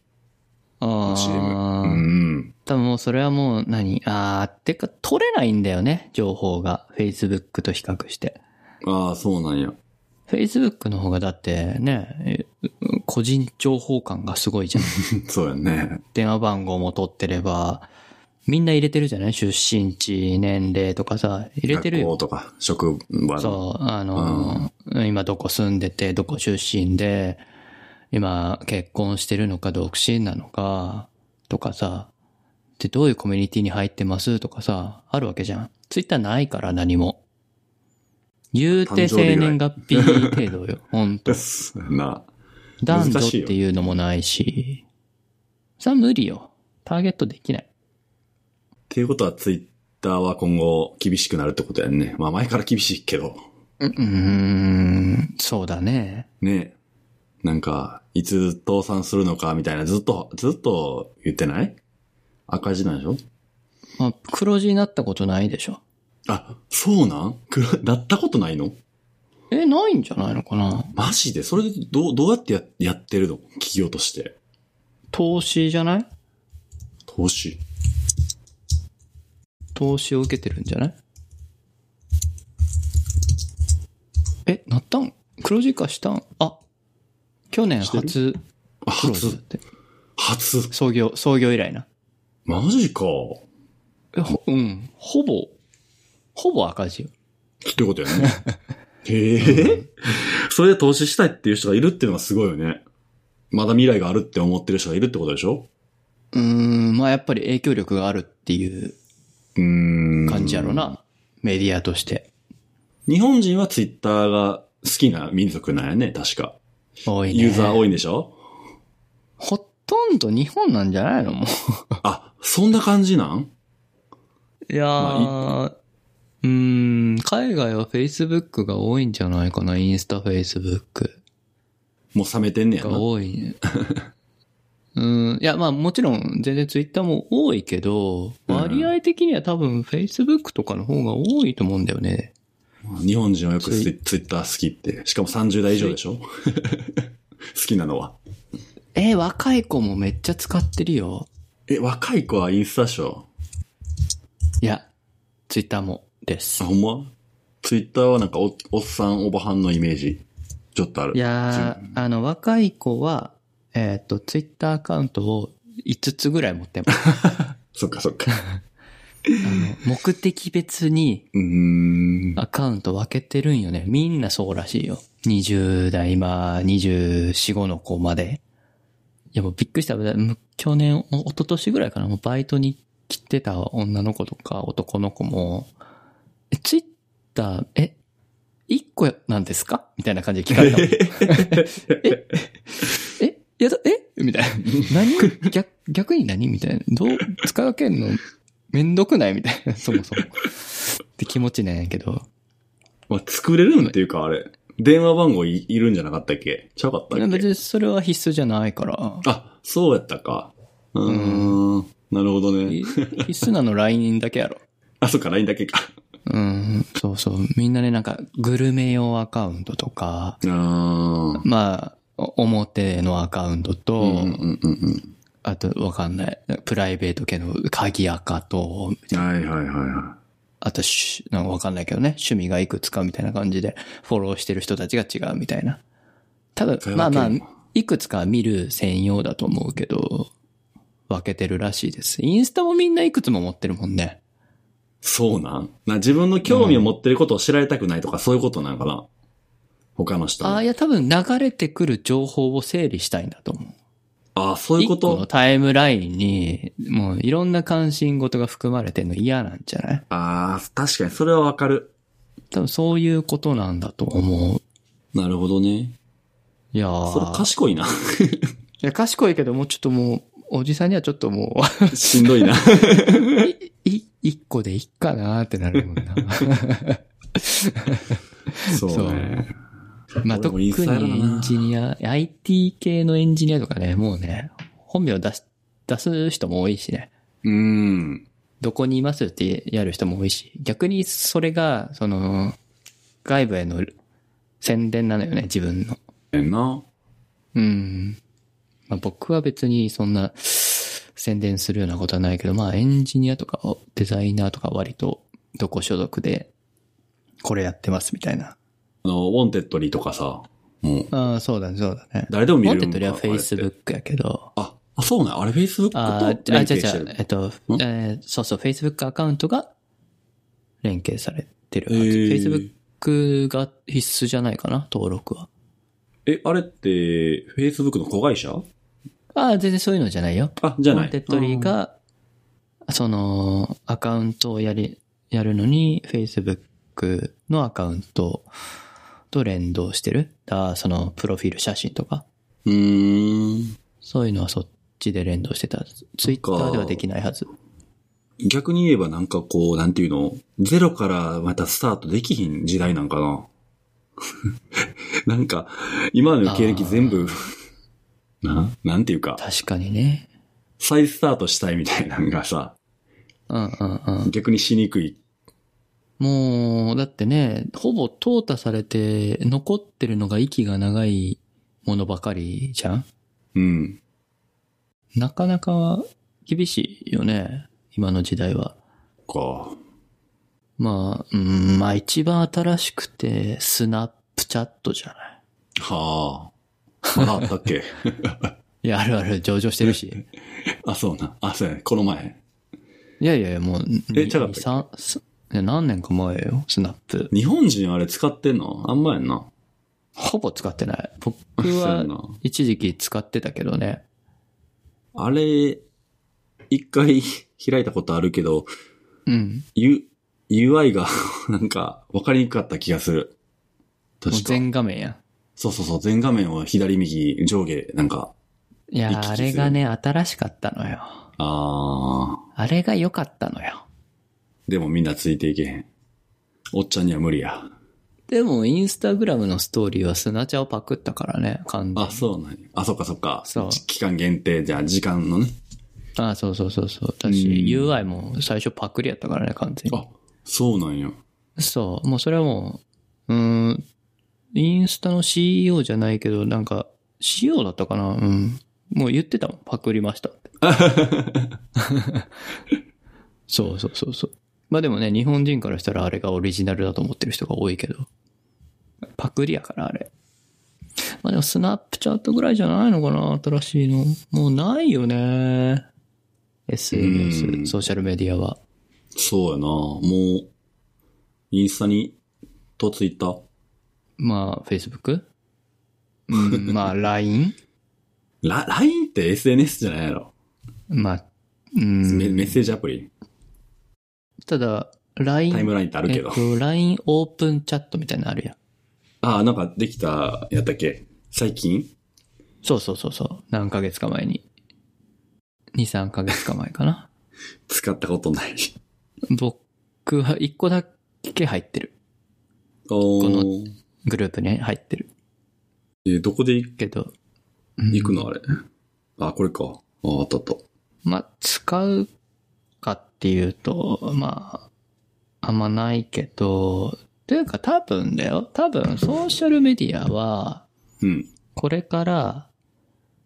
あ
?CM。
あ、
うん。
多分もうそれはもう何あー、てか取れないんだよね、情報が。Facebook と比較して。
ああ、そうなんや。
Facebook の方がだってね、え個人情報感がすご いじゃん。
そうやね。
電話番号も取ってれば、みんな入れてるじゃない出身地、年齢とかさ、入れてるよ
学校とか、職場の。
そう、あのー、今どこ住んでて、どこ出身で、今結婚してるのか独身なのか、とかさ、で、どういうコミュニティに入ってますとかさ、あるわけじゃん。ツイッターないから何も。言うて
誕生
生
日ぐらい
年月日程度よ、ほ んと。
ですな。難
男女っ
しいよ
ていうのもないし、さ、無理よ。ターゲットできない。
っていうことはツイッターは今後厳しくなるってことやんね。まあ前から厳しいけど。
ううーん、そうだね。
ねなんか、いつ倒産するのかみたいな、ずっと、ずっと言ってない赤字なんでしょ
まあ、黒字になったことないでしょ。
あ、そうなんくらなったことないの
え、ないんじゃないのかな
マジでそれでどう、どうやってややってるの企業として。
投資じゃない
投資。
投資を受けてるんじゃないえ、なったん黒字化したんあ、去年初
あ
黒字だっ
初、
て。
初。
創業、創業以来な。
マジか。っ
え、ほうん。ほぼ、ほぼ赤字よ。
てことや ね。へえ。それで投資したいっていう人がいるっていうのがすごいよね。まだ未来があるって思ってる人がいるってことでしょ
うーん、まあやっぱり影響力があるっていう
うーん
感じやろな。メディアとして。
日本人はツイッターが好きな民族なんやね、確か。
多いね。
ユーザー多いんでしょ
ほとんど日本なんじゃないのもう。
あ、そんな感じなん
いやー、
ま
うーん、海外は Facebook が多いんじゃないかな、インスタ Facebook
もう冷めてんねや
が
な。
多いね。 うん、いや、まあもちろん全然 Twitter も多いけど、
うん
割合的には多分 Facebook とかの方が多いと思うんだよね。
日本人はよくツ
そ
イツイッター好きって。しかも30代以上でしょ好 きなのは。
えー若い子もめっちゃ使ってるよ。
え、若い子はインスタでしょ
いや、ツイッターもです
あ、。ほんまツイッターはなんかお、おっさん、おばはんのイメージ、ちょっとある。
いやー、あの、若い子は、えっ、と、ツイッターアカウントを5つぐらい持って ます。
そっかそ っか。
あの目的別に
うーん。
アカウント分けてるんよね。みんなそうらしいよ。20代、今、24、5の子まで。いや、もうびっくりした。む去年、お一昨年ぐらいかな。もうバイトに来てた女の子とか男の子も、え、ツイッター、え、1個なんですかみたいな感じで聞かれたもん。え、やだ、えみたいな。何逆、逆に何みたいな。どう、使い分けんのめんどくないみたいな。そもそも。って気持ちなんやけど。
まあ、作れるんっていうか、あれ。電話番号いいるんじゃなかったっけちゃうかった
いや
っ
別
け
にそれは必須じゃないから。
あ、そうやったか。うーん。なるほどね
い。必須なの LINE だけやろ。
あ、そっか、LINE だけか。
うん。そうそう。みんなね、なんか、グルメ用アカウントとか、
あー
まあ、お表のアカウントと、
うんうんうん
あと、わかんない。プライベート系の鍵アカと、
うん。はいはいはいは
あとし、なんかわかんないけどね、趣味がいくつかみたいな感じで、フォローしてる人たちが違うみたいな。多分
使い、分
まあまあ
けるの、
いくつかは見る専用だと思うけど、分けてるらしいです。インスタもみんないくつも持ってるもんね。
い。そうなんな自分の興味を持ってることを知られたくないとか、そういうことなんかな他の人
ああ、
あ
いや、多分流れてくる情報を整理したいんだと思う。
あー、そういうこ
一個の
と
タイムラインに、もういろんな関心事が含まれてるの嫌なんじゃない
ああ、確かにそれはわかる。
多分そういうことなんだと思う。
なるほどね。
いやー
それ賢いな。
いや賢いけど、もうちょっともう、おじさんにはちょっともう、
しんど いな。
い、一個でいっかなーってなるもん な。
そうね。俺
まあ、
も
特
イ
に
ンスタやろうな
エンジニア、IT 系のエンジニアとかね、もうね、本名出す、出す人も多いしね。
うん。
どこにいますってやる人も多いし、逆にそれが、その、外部への宣伝なのよね、自分の。
えんな。
うん。まあ、僕は別にそんな、宣伝するようなことはないけど、まあ、エンジニアとかデザイナーとか割と、どこ所属で、これやってますみたいな。
あの、ウォンテッドリーとかさ、もう、
ああ、そうだね、そうだね。
誰でも見
モ
れるん
ンテッ
か
ドリは
あれって
Facebook やけど、
あ、あ、そうなんあれ Facebook
あ
と
ーあ、
連
違う
携
違
して
う
る、。
えっと、
ん
えーそうそう、Facebook アカウントが連携されてるはず。
へー
Facebook が必須じゃないかな、登録は。
え、あれって、Facebook の子会社
ああ、全然そういうのじゃないよ。
あ、じゃな
モ
い。
ンテッドリーが、その、アカウントをやり、やるのに、Facebook のアカウントと連動してる。だからその、プロフィール写真とか、
うん。うーん。
そういうのはそっちで連動してた。Twitter ではできないはず。
逆に言えばなんかこう、なんていうのゼロからまたスタートできひん時代なんかな なんか、今の経歴全部、 な、なんていうか、
確かにね。
再スタートしたいみたいなのがさ、
うんうんうん。
逆にしにくい。
もう、だってね、ほぼ淘汰されて、残ってるのが息が長いものばかりじゃん
うん。
なかなか厳しいよね。今の時代は。
か。
まあ、うん、まあ一番新しくて、スナップチャットじゃない。
はあ。まだあったっ け
いや、あるある、上場してるし。
あ、そうな。あ、そうやね。この前。
いやいやいや、もう、
え
に
ちゃうかったっけ
さんすいや何年か前よ、スナップ。
日本人あれ使ってんのあんまやんな。
ほぼ使ってない。僕
そうや
は
な、
一時期使ってたけどね。
あれ、一回 開いたことあるけど、
うん。
U、UI が、 なんか、わかりにくかった気がする。
もう
確か。
全画面や。
そうそうそう、全画面を左右上下、なんか、
い
行き
や、
来
あ
する
れがね、新しかったのよ。
あ
あれが良かったのよ。
ー、でもみんなついていけへん。おっちゃんには無理や。
でも、インスタグラムのストーリーはスナチャをパクったからね、完全
あ、
に。
そうなんやあ、そっかそっか。
そう
期間限定、じゃあ時間のね。
あ、そうそうそうそう。だし、UI も最初パクリやったからね、完全に。
あ、そうなんや。
そう。もうそれはもうーん、インスタの CEO じゃないけど、なんか、CEO だったかなうん。もう言ってたもん。パクりましたって。そうそうそうそう。まあでもね、日本人からしたらあれがオリジナルだと思ってる人が多いけど。パクリやから、あれ。まあでも、スナップチャットぐらいじゃないのかな新しいの。もうないよね。
うん
SNS、ソーシャルメディアは。
そうやなもう、インスタに、とツイッター、
まあ、Facebook? う ん、まあ、LINE?
ラ、LINE って SNS じゃないやろ。
まあ、う
メ
ん。
メッセージアプリ
ただ、
タイム
LINE、
ラインってある
え
け
っ
ど。
と、LINE オープンチャットみたいなのあるやん。
ああ、なんかできた、やったっけ最近
そうそうそうそう。何ヶ月か前に。2、3ヶ月か前かな。
使ったことない。
僕は1個だけ入ってる。
お
この
ー
グループに入ってる。
えーどこで行
けど。
行くのあれ。あ、これか。ああ、あったあった。
まあ、使うかっていうと、まあ、あんまないけど、というか多分だよ。多分、ソーシャルメディアは、
うん。
これから、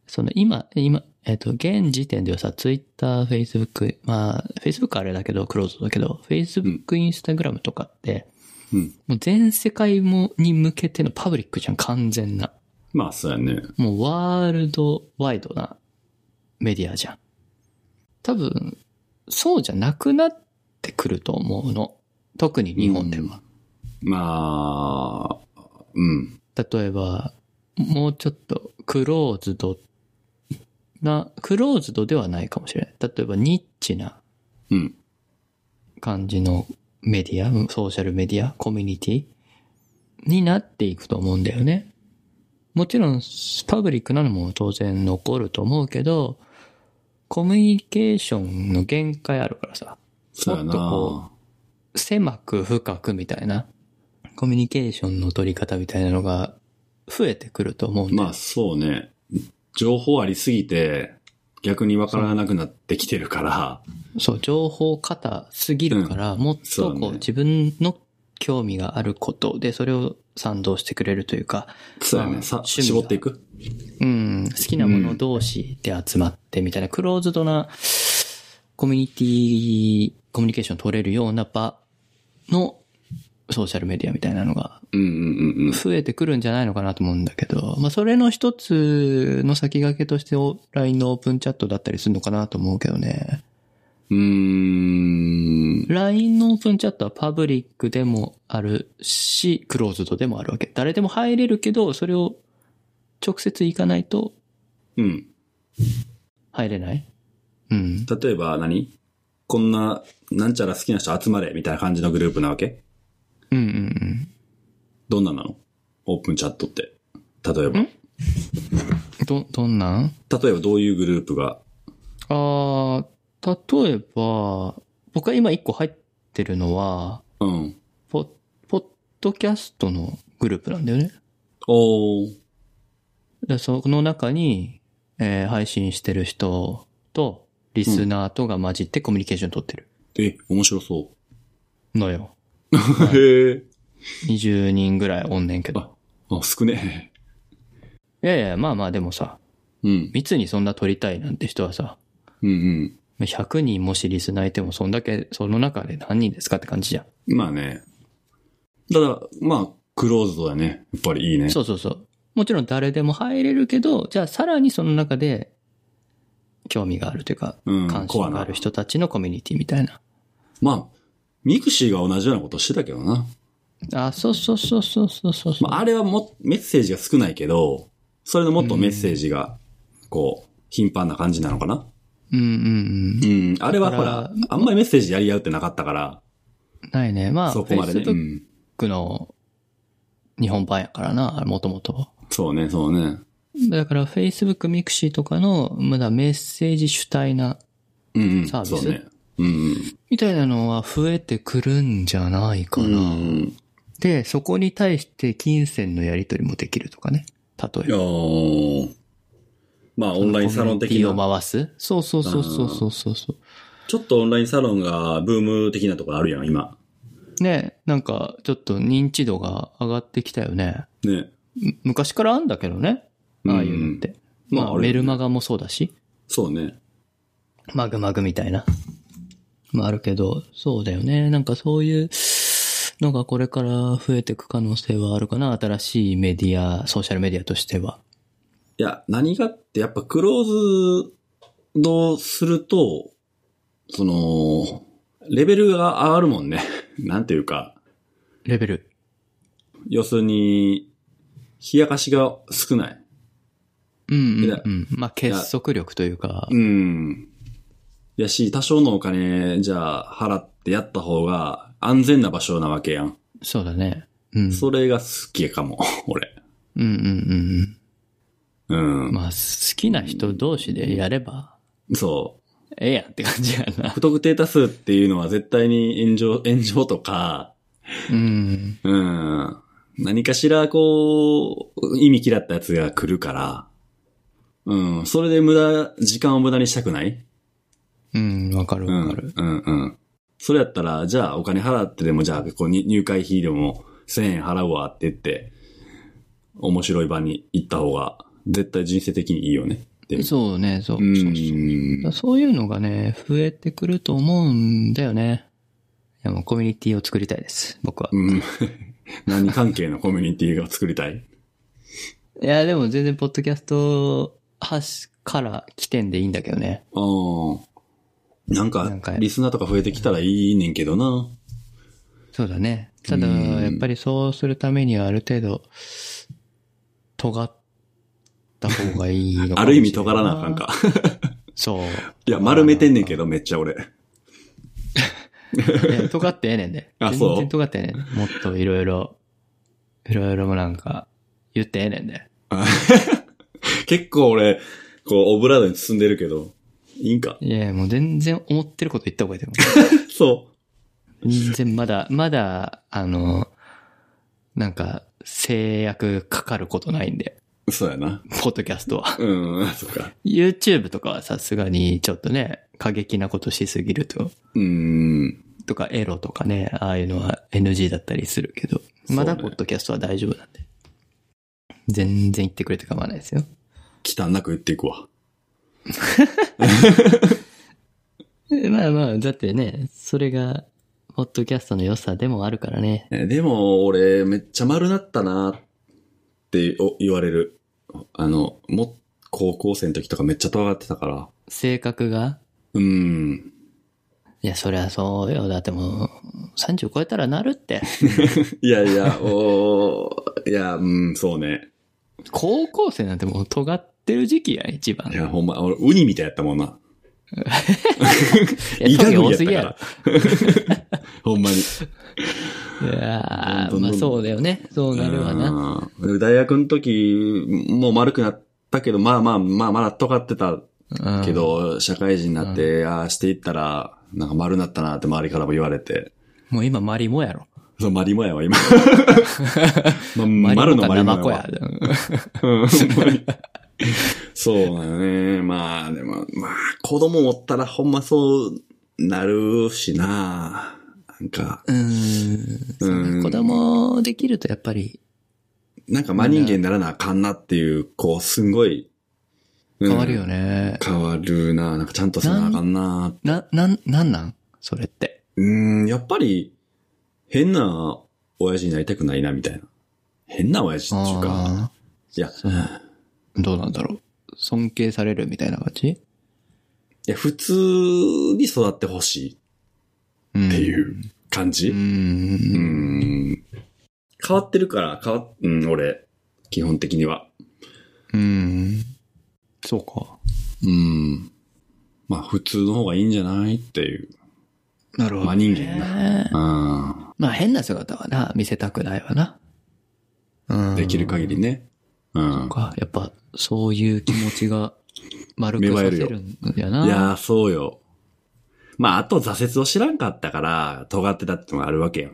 その今、今、えっと、現時点ではさ、ツイッター、フェイスブック、まあ、フェイスブックあれだけど、クローズドだけど、フェイスブック、インスタグラムとかって、
うん。
もう全世界もに向けてのパブリックじゃん、完全な。
まあ、そうやね。
もうワールドワイドなメディアじゃん。多分、そうじゃなくなってくると思うの。特に日本では。
まあ、うん。
例えば、もうちょっとクローズドな、クローズドではないかもしれない。例えばニッチな
うん。
感じのメディア、ソーシャルメディア、コミュニティになっていくと思うんだよね。もちろん、パブリックなのも当然残ると思うけど、コミュニケーションの限界あるからさ、
そうや
もっとこ
な。
狭く深くみたいな、コミュニケーションの取り方みたいなのが増えてくると思うんだよ
まあ、そうね。情報ありすぎて、逆にわからなくなってきてるから、
そう、情報過多すぎるから、もっ
そ
と
うだ
こ
ね
う、自分の興味があることで、それを賛同してくれるというか、
そうや
ま
ね。
あ
さ、
趣味が
絞っていく
うん、好きなもの同士で集まってみたいな、クローズドなコミュニティ、コミュニケーション取れるような場のソーシャルメディアみたいなのが
うんうんうんうん。
増えてくるんじゃないのかなと思うんだけど、まあそれの一つの先駆けとしてお LINE のオープンチャットだったりするのかなと思うけどね。
うーん。
LINE のオープンチャットはパブリックでもあるし、クローズドでもあるわけ。誰でも入れるけど、それを直接行かないと
うん。
入れないうん。
例えば何こんな、なんちゃら好きな人集まれ、みたいな感じのグループなわけ
うんうんうん。
どんななのオープンチャットって。例えば。
んど、どんなん
例えばどういうグループが。
あー例えば、僕が今一個入ってるのは、
うん。
ポポッドキャストのグループなんだよね。
おー。
でその中に、えー配信してる人と、リスナーとが混じってコミュニケーション取ってる
え、面白そ
のよ。
う。へえ。
20人ぐらいおんねんけど。
あ、少ね
いやいや、まあまあでもさ、
え。うん。
密にそんな取りたいなんて人はさ、
うん
100人もしリスナーいてもそんだけ、その中で何人ですかって感じじゃん。
うん。まあね。ただ、まあ、クローズドだね。やっぱりいいね。
そうそうそう。もちろん誰でも入れるけど、じゃあさらにその中で、興味があるというか、
うん
関
コアな
心がある人たちのコミュニティみたいな。
まあ、ミクシーが同じようなことしてたけどな。
あ、そうそうそうそうそうそうそう。
まあ、あれはも、メッセージが少ないけど、それのもっとメッセージが、こう、頻繁な感じなのかな。
うんうん
うん。あれはほ
だ
ら
か、
あんまりメッセージやり合うってなかったから、
うん。ないね。まあ、
そこまでね。う
Facebook
ん。
の日本版やからな、もともと。
そうね、そうね。
だから Facebook、Mixi とかの、まだメッセージ主体な、
うんうん。
サービス
そうね。うん
みたいなのは増えてくるんじゃないか
うん。う
な。
ん。
で、そこに対して金銭のやり取りもできるとかね。例えば
い。やーまあ、オンラインサロン的
コミュニテ
な。
ィを回すそうそうそうそうそうそうそう。
ちょっとオンラインサロンがブーム的なところあるやん、今。
ね、なんか、ちょっと認知度が上がってきたよね。
ね。
む昔からあんだけどね。ああいうのって。
うんまあ
まあ、
あるよね
メルマガもそうだし。
そうね。
マグマグみたいな。まああるけど、そうだよね。なんかそういうのがこれから増えていく可能性はあるかな。新しいメディア、ソーシャルメディアとしては。
いや、何がって、やっぱクローズドすると、その、レベルが上がるもんね。 なんていうか、
レベル。
要するに、冷やかしが少ない。
うん、う
い
ん、
や
うん。まあ結束力というか
う、ん。やし、多少のお金、じゃあ、払ってやった方が安全な場所なわけやん。
そうだね。うん。
それが好きかも、 俺。
うんうん
う
うん
ん。
うん。まあ好きな人同士でやれば、
そ
ええやんって感じや
う。
な。
不特定多数っていうのは絶対に炎上、炎上とか、
うん。
うん。何かしら、こう、意味嫌ったやつが来るから、うん。それで無駄、時間を無駄にしたくない
うん、わかる
うん
わかる。
うんうん。それやったら、じゃあお金払ってでも、じゃあこうに入会費でも1000円払うわって言って、面白い場に行った方が、絶対人生的にいいよね。って
そうね、そう。
う
そうそうだ
ん
から。そういうのがね、増えてくると思うんだよね。いや、もうコミュニティを作りたいです、僕は。
うん。 何関係のコミュニティを作りたい
いや、でも全然、ポッドキャスト、発から起点でいいんだけどね。
ああ。なんか
なんか、
リスナーとか増えてきたらいいねんけどな。
そうだね。ただ、
うん
やっぱりそうするためにはある程度、尖った方がいいのかもしれない
ある意味尖らなあかん。か。
そう。
いや、丸めてんねんけど、めっちゃ俺。
いや尖ってええねんで。
あそう
全然尖ってええねん。もっといろいろ、いろいろもなんか、言ってええねんで。
結構俺、こう、オブラードに包んでるけど、いいんか。
いや、もう全然思ってること言った方がいいと思う。
そう。
全然まだ、まだ、あの、なんか、制約かかることないんで、
そうやな。
ポッドキャストは。
うん、 そっか。
YouTube とかはさすがにちょっとね、過激なことしすぎると、
うーん。
とかエロとかね、ああいうのは NG だったりするけど、まだ
そう
ポ
ね
ッドキャストは大丈夫なんで。全然言ってくれて構わないですよ。
汚なく言っていくわ。
えまあまあ、だってね、それが、ポッドキャストの良さでもあるからね。
えでも、俺、めっちゃ丸なったなってお言われる。あの、も、高校生の時とかめっちゃ尖ってたから。
性格が
うーん。
いや、そりゃそうよ。だってもう、30超えたらなるって。
いやい や、おーいや、うん、そうね。
高校生なんてもう尖ってる時期やん、一番。
いや、ほんま、俺、ウニみたいやったもんな。
いや
イガグ
多
リ
すぎ
や
や
った
ろ
から。 ほんまに。
いや
どんど
ー
んどん
ま
ど
あ
ん
そうだよね。そうなるわな。
うん大学の時、もう丸くなったけど、まあまあ、まあまだ尖ってた
うん
け。ど、社会人になって、ああしていったら、なんか丸なったなって周りからも言われて。
もう今、マリモやろ。
そう、マリモやわ、 今。ま、
マ
丸
リ
の
モか
マリモ
生
や
子
わ
や。。うん
うんほんまにそうだよね。まあ、でも、まあ、子供おったらほんまそうなるしな。なんか、
うーん。そう
うん
ね子供できるとやっぱり
なんか真人間にならなあかんなっていう、こう、すんごい。うん
変わるよね。
変わるな。なんかちゃんとせなあかんな
な、なん、なんなんそれって。
うーん、やっぱり、変な親父になりたくないな、みたいな。変な親父っていうか、
あ
いや、
ーどうなんだろう。尊敬されるみたいな感じ
いや普通に育ってほしいっ
って
いう感じ、
う。
うんん変わってるから、変わ、うん、俺、基本的には。
うん。そうか。
うん。まあ、普通の方がいいんじゃないっていう。
なるほど。
まあ人間
な。
あ
まあ変な姿はな、見せたくないわな。う
あ、できる限りね。うん。
か。やっぱ、そういう気持 ちが、丸
芽
く
生
さ
え
せ
るよ
るんやな。
いやー、そうよ。まあ、あと挫折を知らんかったから、尖ってたってのがあるわけよ。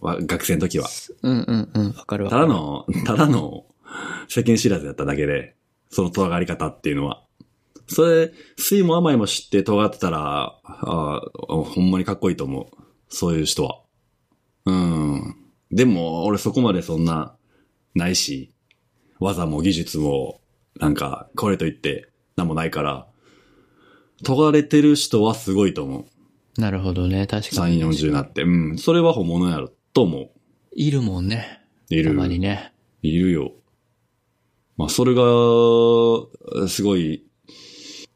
わ学生の時は。
うんうんうん。わかるわ
た
か
だ
る。
の、ただの世間知らずやっただけで、その尖り方っていうのは。それ、酸いも甘いも知って尖ってたら、あーほんまにかっこいいと思う。そういう人は。うん。でも、俺そこまでそんな、ないし、技も技術も、なんか、これといって、なんもないから、尖れてる人はすごいと思う。
なるほどね。確かに。
3、40になって。うん。それは本物やろ、と思
いるもんね。
う。い
た
る。
まにね。
いるよ。まあ、それが、すごい、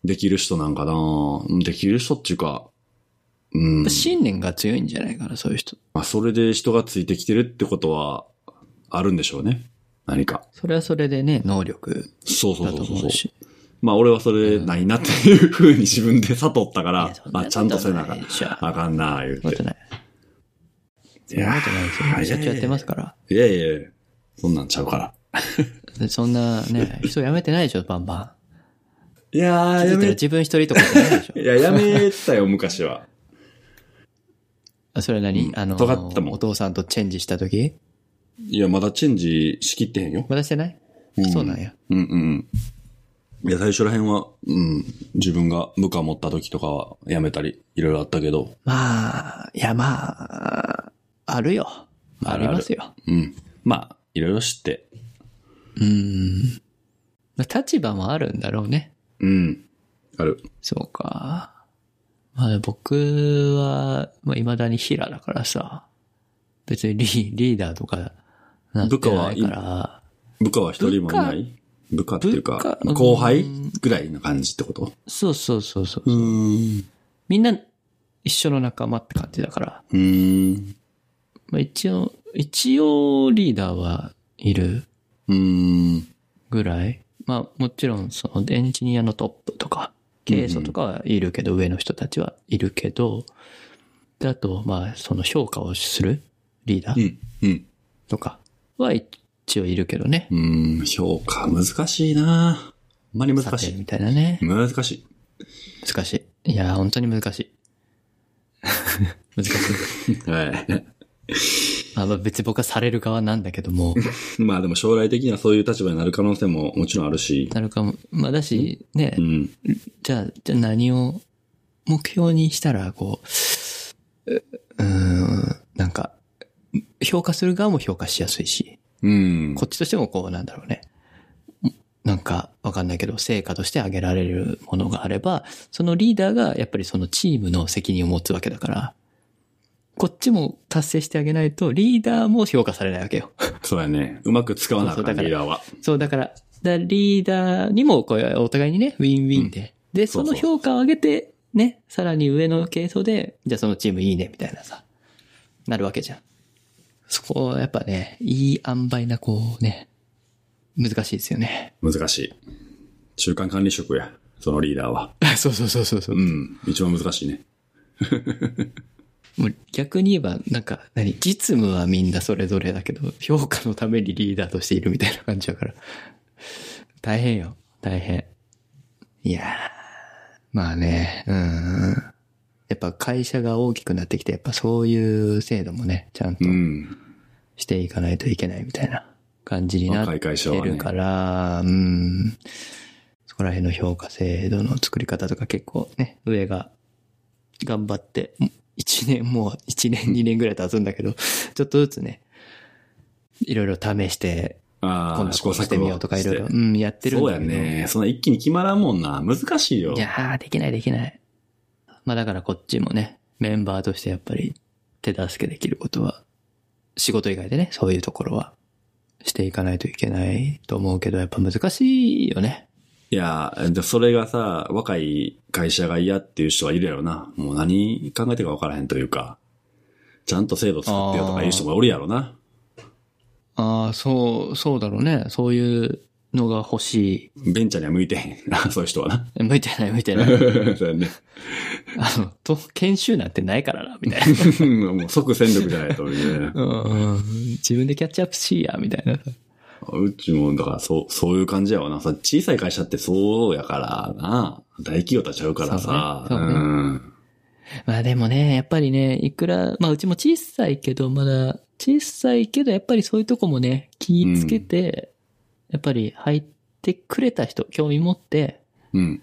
できる人なんかなうんできる人っていうか、うん。
信念が強いんじゃないかな、そういう人。
まあ、それで人がついてきてるってことは、あるんでしょうね。何か。
それはそれでね、能力
そうそう
だ
そ
と
うそう
思うし。
まあ、俺はそれないなっていうふうに自分で悟ったから、
いやそんな
あ、ちゃんとせなあかん
ことないでしょ
あかんなあ、言う
そんなこと
て。
ない。そ
い
ん
や
な
ー
ことないですよ。めちゃくちゃやってますから。
いやいやいや、そんなんちゃうから。
でそんなね、人辞めてないでしょ、バンバ
いや
ン。
ー、や
気づいたら
め、
自分一人とかじゃないでしょ。
いや、やめたよ、昔は。
あそれは何、
うん
あの、
尖ったもん
お父さんとチェンジした時
いや、まだチェンジしきってへんよ。
まだしてない、
ん
そうなんや。
うんうん。いや、最初ら辺は、うん、自分が部下持った時とかはやめたり、いろいろあったけど、
まあ、いやまあ、あるよ。
あ
あ
るある
りますよ。
うん。まあ、いろいろ知って、
うん。まあ立場もあるんだろうね。
うん。ある。
そうか。まあ僕は、まあ未だに平だからさ、別にリリーダーとかなってない
部
か
下
ら、
部下は一人もいない部下っていう
部
か
下、
まあ後輩
うん
ぐらいな感じってこと
そうそうそうそう。
うん。
みんな一緒の仲間って感じだから、
うん。
まあ一応、一応リーダーはいる
うん。
ぐらい。まあもちろんそのエンジニアのトップとか、経営層とかはいるけど、上の人たちはいるけど、で、あと、まあその評価をするリーダ
う
ー
ん。うん。
とかは一応いるけどね。
うん。評価難しいなほんまに難し
査定
い
み。たいなね。
難しい。
難しい。いや、本当に難 しい。難しい。
はい。
まあまあ別に僕はされる側なんだけども、
まあでも将来的にはそういう立場になる可能性ももちろんあるし。
なるかも。まあだし、ね
う、ん。
じゃあ、じゃあ何を目標にしたら、こう、ううーん、なんか、評価する側も評価しやすいし、
うん。
こっちとしてもこう、なんだろうね。なんか、わかんないけど、成果として挙げられるものがあれば、そのリーダーがやっぱりそのチームの責任を持つわけだから、こっちも達成してあげないと、リーダーも評価されないわけよ。
そうやね。うまく使わなあか
そうそ
ん、
うだ
リ
から
ーダーは。
そう、だから、だリーダーにも、こう、お互いにね、ウィンウィンで。で、
そ
そう
そ
の
う
評価を上げて、ね、さらに上の系統で、じゃあそのチームいいね、みたいなさ、なるわけじゃん。そこはやっぱね、いい塩梅な、こうね、難しいですよね。
難しい。中間管理職や。そのリーダーは。
そうそうそうそうそう
う。ん。一番難しいね。
もう逆に言えば、なんか、何、実務はみんなそれぞれだけど、評価のためにリーダーとしているみたいな感じだから。大変よ。大変。いやー。まあね、うん。やっぱ会社が大きくなってきて、やっぱそういう制度もね、ちゃんと
うん。
していかないといけないみたいな感じにな
若
っ
い
て
会社はね
るから、うん。そこら辺の評価制度の作り方とか結構ね、上が頑張って、1年もう1年2年ぐらい経つんだけど、ちょっとずつね、いろいろ試して、
あ
今
あ、
度
試
試
行
行
錯誤
してみようとかいろいろ、
し
う
て
ん、やってるん
そう
だ
や
けど。
ね。そんな一気に決まらんもんな。難しいよ。
いやー、できないできない。まあだからこっちもね、メンバーとしてやっぱり手助けできることは、仕事以外でね、そういうところはしていかないといけないと思うけど、やっぱ難しいよね。
いや、でそれがさ、若い会社が嫌っていう人はいるやろな。もう何考えてるか分からへんというか、ちゃんと制度作ってよとかいう人もおるやろな。
ああ、そう、そうだろうね。そういうのが欲し
ベンチャーには向いてへん。 そういう人は な。
い。向いてない向いてない。
そうやね。
あの、と、研修なんてないからな、みたいな。
もう即戦力じゃないと、ね。
うん、自分でキャッチアップしいや、みたいな。
うちも、だから、そう、そういう感じやわな。さ小さい会社ってそうやからな。大企業とはちゃうからさ。
そうねそうね
ん。
まあでもね、やっぱりね、いくら、まあうちも小さいけど、まだ、小さいけど、やっぱりそういうとこもね、気ぃつけて、やっぱり入ってくれた人、興味持って、
うん。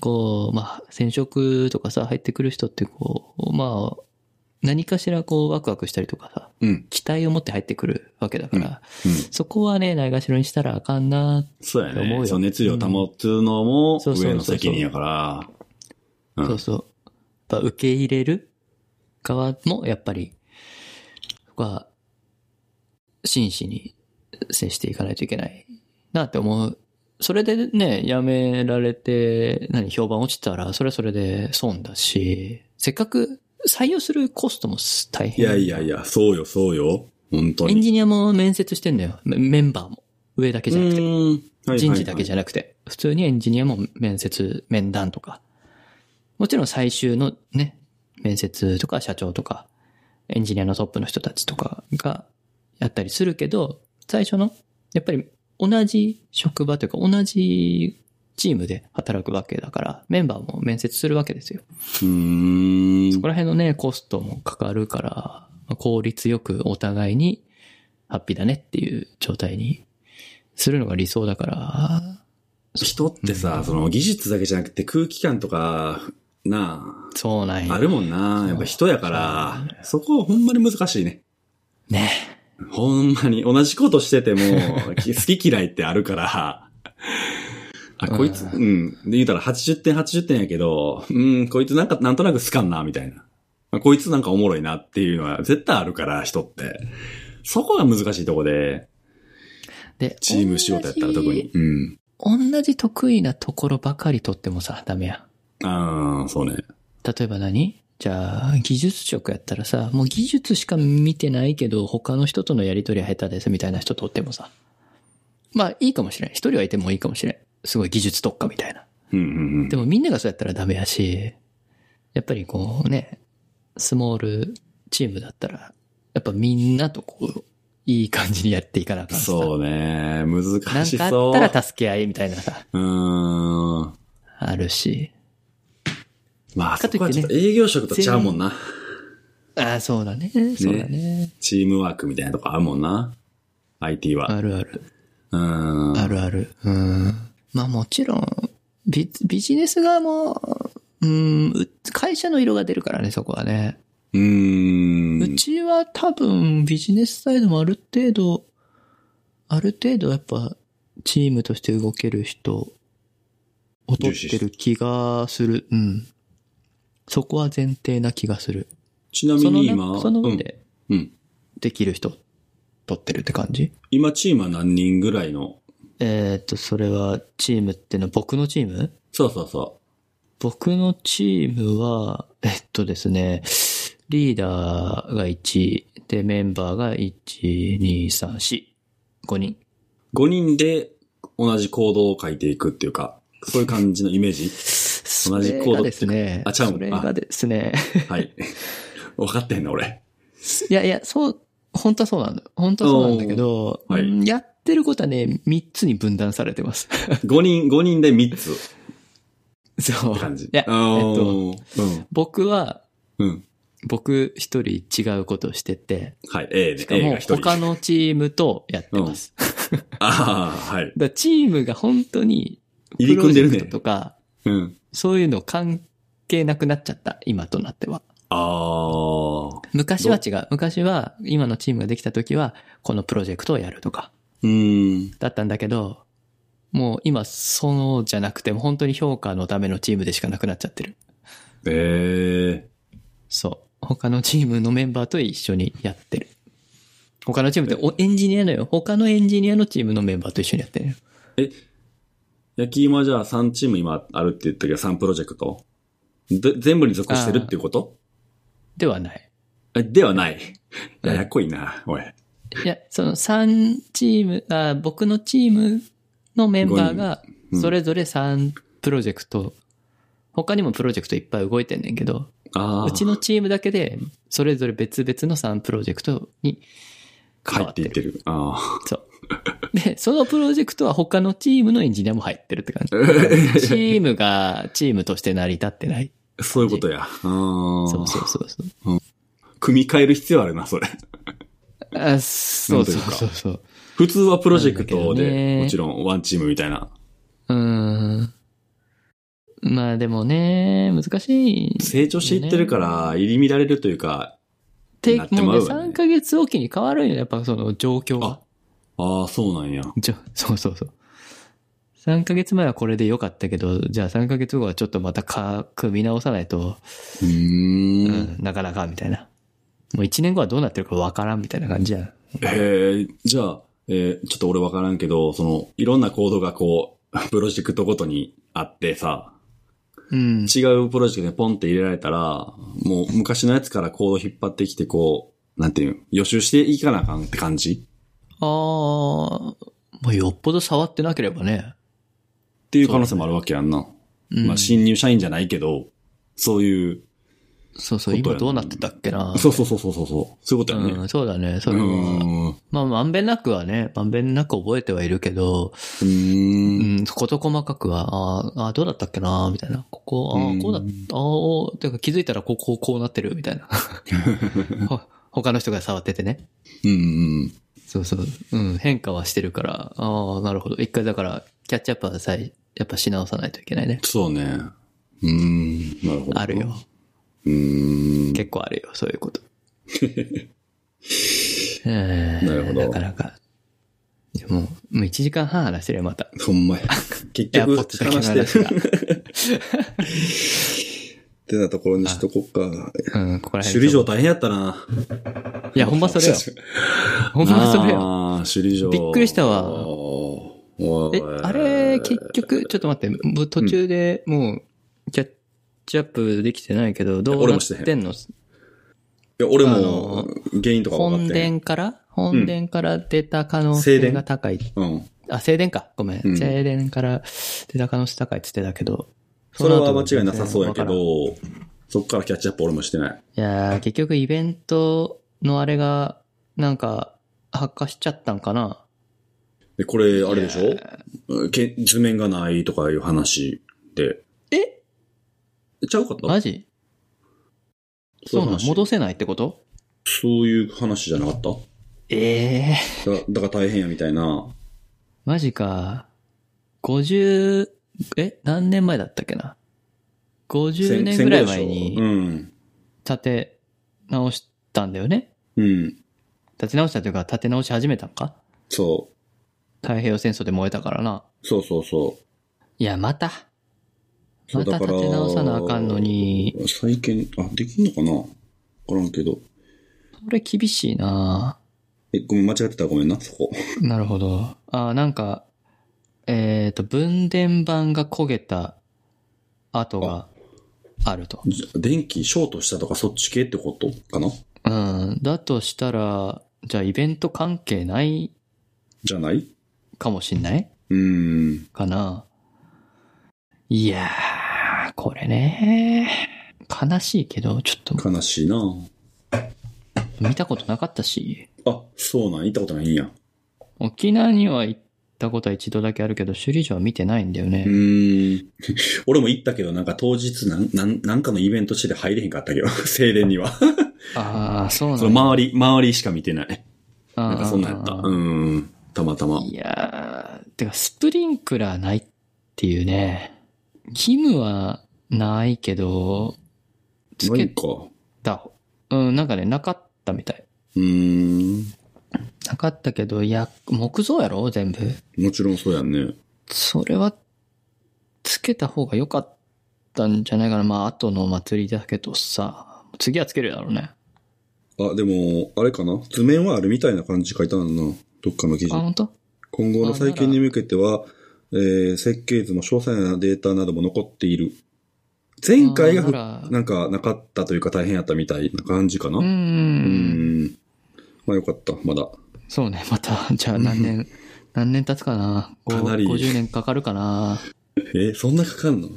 こう、まあ、染色とかさ、入ってくる人ってこう、まあ、何かしらこうワクワクしたりとかさ、
うん。
期待を持って入ってくるわけだから、
うん。
そこはね、ないがしろにしたらあかんな。
そうや
思うよ
ね。そう熱量保つのも
そうそうそう
上の責任やから。うん
そうそう。やっぱ受け入れる側もやっぱり、そこは、真摯に接していかないといけないなって思う。それでね、やめられて、何、評判落ちたら、それはそれで損だし、せっかく採用するコストも大
い
変。
やいやいや、そうよ、そうよ。本当
エン
に。
ジニアも面接してんだよ。メメンバーも。上だけじゃなくて。人事だけじ
ゃ
ゃなくて、普通にエンジニアも面接、面談とか、もちろん最終のね、面接とか社長とか、エンジニアのトップの人たちとかがやったりするけど、最初の、やっぱり同じ職場というか同じチームで働くわけだから、メンバーも面接するわけですよ。
うーん。
そこら辺のね、コストもかかるから、まあ効率よくお互いにハッピーだねっていう状態にするのが理想だから、
人ってさ、その技術だけじゃなくて空気感とか、な
そうなん
あ、あ
や。
るもんな。やっぱ人やから、そこはほんまに難しいね。
ね。
ほんまに、同じことして ても、き好き嫌いってあるから、あ、こいつ、
う
うん。で、言うたら80点80点やけど、うん、こいつなんか、なんとなく好かんな、みたいな。あこいつなんかおもろいなっていうのは絶対あるから、人って。そこが難しいとこで、
で、
チーム仕事やったら特に。うん。
同じ。同じ得意なところばかり取ってもさ、ダメや。
ああ、そうね。
例えば何じゃあ、技術職やったらさ、もう技術しか見てないけど、他の人とのやりとりは下手ですみたいな人取ってもさ。まあ、いいかもしれん。一人はいてもいいかもしれん。すごい技術特化みたいな。
うんうんうん。
でもみんながそうやったらダメやし、やっぱりこうね、スモールチームだったら、やっぱみんなとこう、いい感じにやっていかなあかんしさ
そうね。
な
難
ん
し
か
そう。
あったら助け合いみたいなさ、
うーん。
あるし。
まあ、
か
そ
とい
こ
っ
は
て
ち
ね
ょっと営業職とちゃうもんな。
ああ、そうだね。そうだね。
チームワークみたいなとこあるもんな。IT は。
あるある。
うーん。
あるある。うん。まあもちろん、ビビジネス側も、うん、う会社の色が出るからね、そこはね。
うー。
うんちは多分ビジネスサイドもある程度、ある程度やっぱチームとして動ける人を取ってる気がする。うん。そこは前提な気がする。
ちなみ
その
に
な
今、
その
う
上
ん
で
うん。
できる人取ってるって感じ
今チームは何人ぐらいの
えーっと、それはチームっていうのは僕のチーム
そうそうそ
僕のチームは、えっとですね、リーダーが1、で、メンバーが1、2、3、4、5人。
う。5人で同じ行動を書いていくっていうか、そういう感じのイメー ジ同じコード
それがですね。
あちゃうん
それがですね。
はい。分かってんの俺。
いやいや、そう、本当はそうなんだ。本当はそうなんだけど、
おーはい
うんやってることはね、3つに分断されてます。
5人、五人で3つっ
そう。
て感じ。
いや、えっと、
おーうん。
僕は、
うん。
僕一人違うことをしてて、
はい。A
し
で、
か
A
も
が1人。
他のチームとやってます。
ああ、はい。
だからチームが本当に、
入り組んでるね
プロジェクトとか、
うん。
そういうの関係なくなっちゃった、今となっては。
ああ。
昔は違う。昔は、今のチームができた時は、このプロジェクトをやるとか、
うん。
だったんだけど、もう今、そうじゃなくて、本当に評価のためのチームでしかなくなっちゃってる。
ええ
そう。他のチームのメンバーと一緒にやってる。他のチームっておエンジニアのよ。他のエンジニアのチームのメンバーと一緒にやってる。
焼き芋はじゃあ3チーム今あるって言ったけど、3プロジェクト。で、全部に属してるっていうこと
ではない。
えではない。
うん
ややっこいな、おい。
いや、その3チーム、あ僕のチームのメンバーが
人う、ん
それぞれ3プロジェクト、他にもプロジェクトいっぱい動いてんねんけど、
ああ。
うちのチームだけで、それぞれ別々の3プロジェクト
入
に関わ
っ
って
てい
る
っ。てる。あ
そう。で、そのプロジェクトは他のチームのエンジニアも入ってるって感じ。 チームがチームとして成り立ってない。
あ。そういうことや。ああ。
そうそうそうそう。
組み替える必要あるな、それ。
あそ
なん
うそう
というか
そうそう。
普通はプロジェクト
なんだけ
で、
どね
もちろんワンチームみたいな。
うーん。まあでもね、難しい。
成長していってるから、入り乱れるというか、
定
なって
期も
ま
ね、
うよね
3ヶ月おきに変わるんよ、やっぱその状況が
あ。ああ、そうなんや。
じゃ、そうそうそう。3ヶ月前はこれで良かったけど、じゃあ3ヶ月後はちょっとまたか、組み直さないと、
うー。
うんん、なかなか、みたいな。もう1年後はどうなってるかわからん、みたいな感じや。
へえ、じゃあ、えーちょっと俺わからんけど、その、いろんな行動がこう、 プロジェクトごとにあってさ、
うん。
違うプロジェクトでポンって入れられたら、もう昔のやつから行動引っ張ってきて、こう、なんていうの予習していかなあかんって感じ
あー、まあ、よっぽど触ってなければね。
っていう可能性もあるわけやんな。
うん、
まあ、新入社員じゃないけど、そういう、
そうそう、
ことや
今
な
どうなってたっけな。
そうそうそうそうそう、そういうことやね。
うん、そうだね。そうれは
ん。う
まあ、まんべんなくはね、まんべんなく覚えてはいるけど、う
ーん。
ん、こと細かくは、あーあー、どうだったっけな、みたいな。ここ、あ
うん
あ、こうだった、ああ、おてか気づいたらここ、こうなってる、みたい な。ほ他の人が触っててね。
うん。
そうそう。うん、変化はしてるから、ああ、なるほど。一回だから、キャッチアップはさえ、やっぱし直さないといけないね。
そうね。うん。なるほど。
あるよ。。
うん。
結構あるよ、そうい うこと。えー
なるほど
なかなか。でも、もう1時間半話してるよ、また。
ほんまや。結
エアポ
局、
ッドだけの
話して
話
る。
が。
ってなところにしとこっか。
うん、ここら辺。
首里城大変やったな。
いや、ほんまそれ よ。ほんまそれよ。
ああ、首里城。
びっくりしたわ
お
え
ー。、
あれ、結局、ちょっと待って、もう途中でもう、キャッチアップできてないけど、どう
俺
な
も
っ
してへん
てんの
いや、俺
あ
も
の、
原因とか分か
本
ってん。
殿から本殿から出た可能
静
性
電
が高い。
うん。
あ、静電か。ごめん。
うん
静電から出た可能性高いって言ってたけど。
それは間
の後
違いなさそうやけ
全然わ
ど、そっからキャッチアップ俺もしてない。
からん。いやー結局イベントのあれが、なんか、発火しちゃったんかな。
で、これ、あれでしょけ図面がないとかいう話で。
え
ちゃうかった
マジ
そうい
そ
うう
なの
話
戻せないってこと
そういう話じゃなかった
ええ
だだから大変やみたいな。
マジか。50、え何年前だったっけな ?50 年ぐらい前
戦
に
後でしょうん。
立て直したんだよね
うん。
立て直したというか立て直し始めたんか
そ
太平洋戦争で燃えたからな。
う。そうそうそ
いや、また。
そう
また
だから
立て直さなあかんのに、
う。再建、あ、できんのかなわからんけど。
それ厳しいな
え、ごめん、間違ってたらごめんな、そこ。
なるほど。あーなんか、えっ、と、分電盤が焦げた跡があると。
じゃ電気ショートしたとかそっち系ってことかな
うん。だとしたら、じゃあイベント関係ない
じゃない
かもしんないう
ーん。
かな。いやー、これね。悲しいけど、ちょっと
悲しいな
見たことなかったし。
あ、そうなん、行ったことないんや。
沖縄には行ったことは一度だけあるけど、首里城は見てないんだよね。
うーん。 俺も行ったけど、なんか当日なん、なん、なんかのイベントしてて入れへんかったけど、 静電には。
ああ、そうなんだ。
その周り、周りしか見てない。
あ
な
ー
んかそんなんやった。うーん。たまたま。
いやー、てかスプリンクラーないっていうね。義務はないけど、つ
ない
け
か。
た、うん、なんかね、なかったみたい。
うーん。
なかったけど、いや、木造やろ全部。
もちろんそうやんね。
それは、つけた方が良かったんじゃないかな。まあ、後の祭りだけどさ、次はつけるだろうね。
あ、でも、あれかな図面はあるみたいな感じ書いたんだな。どっかの記
あ、
事。
本当？
今後の再建に向けては、えー設計図も詳細なデータなども残っている。前回がふ
あなら
なんかなかったというか大変やったみたいな感じかな。
うんう。
うんん。まあよかった、まだ。
そうね、また、じゃあ 何年、何年経つかな。ご
かなり
50年かかるかな。
えーそんなかかんの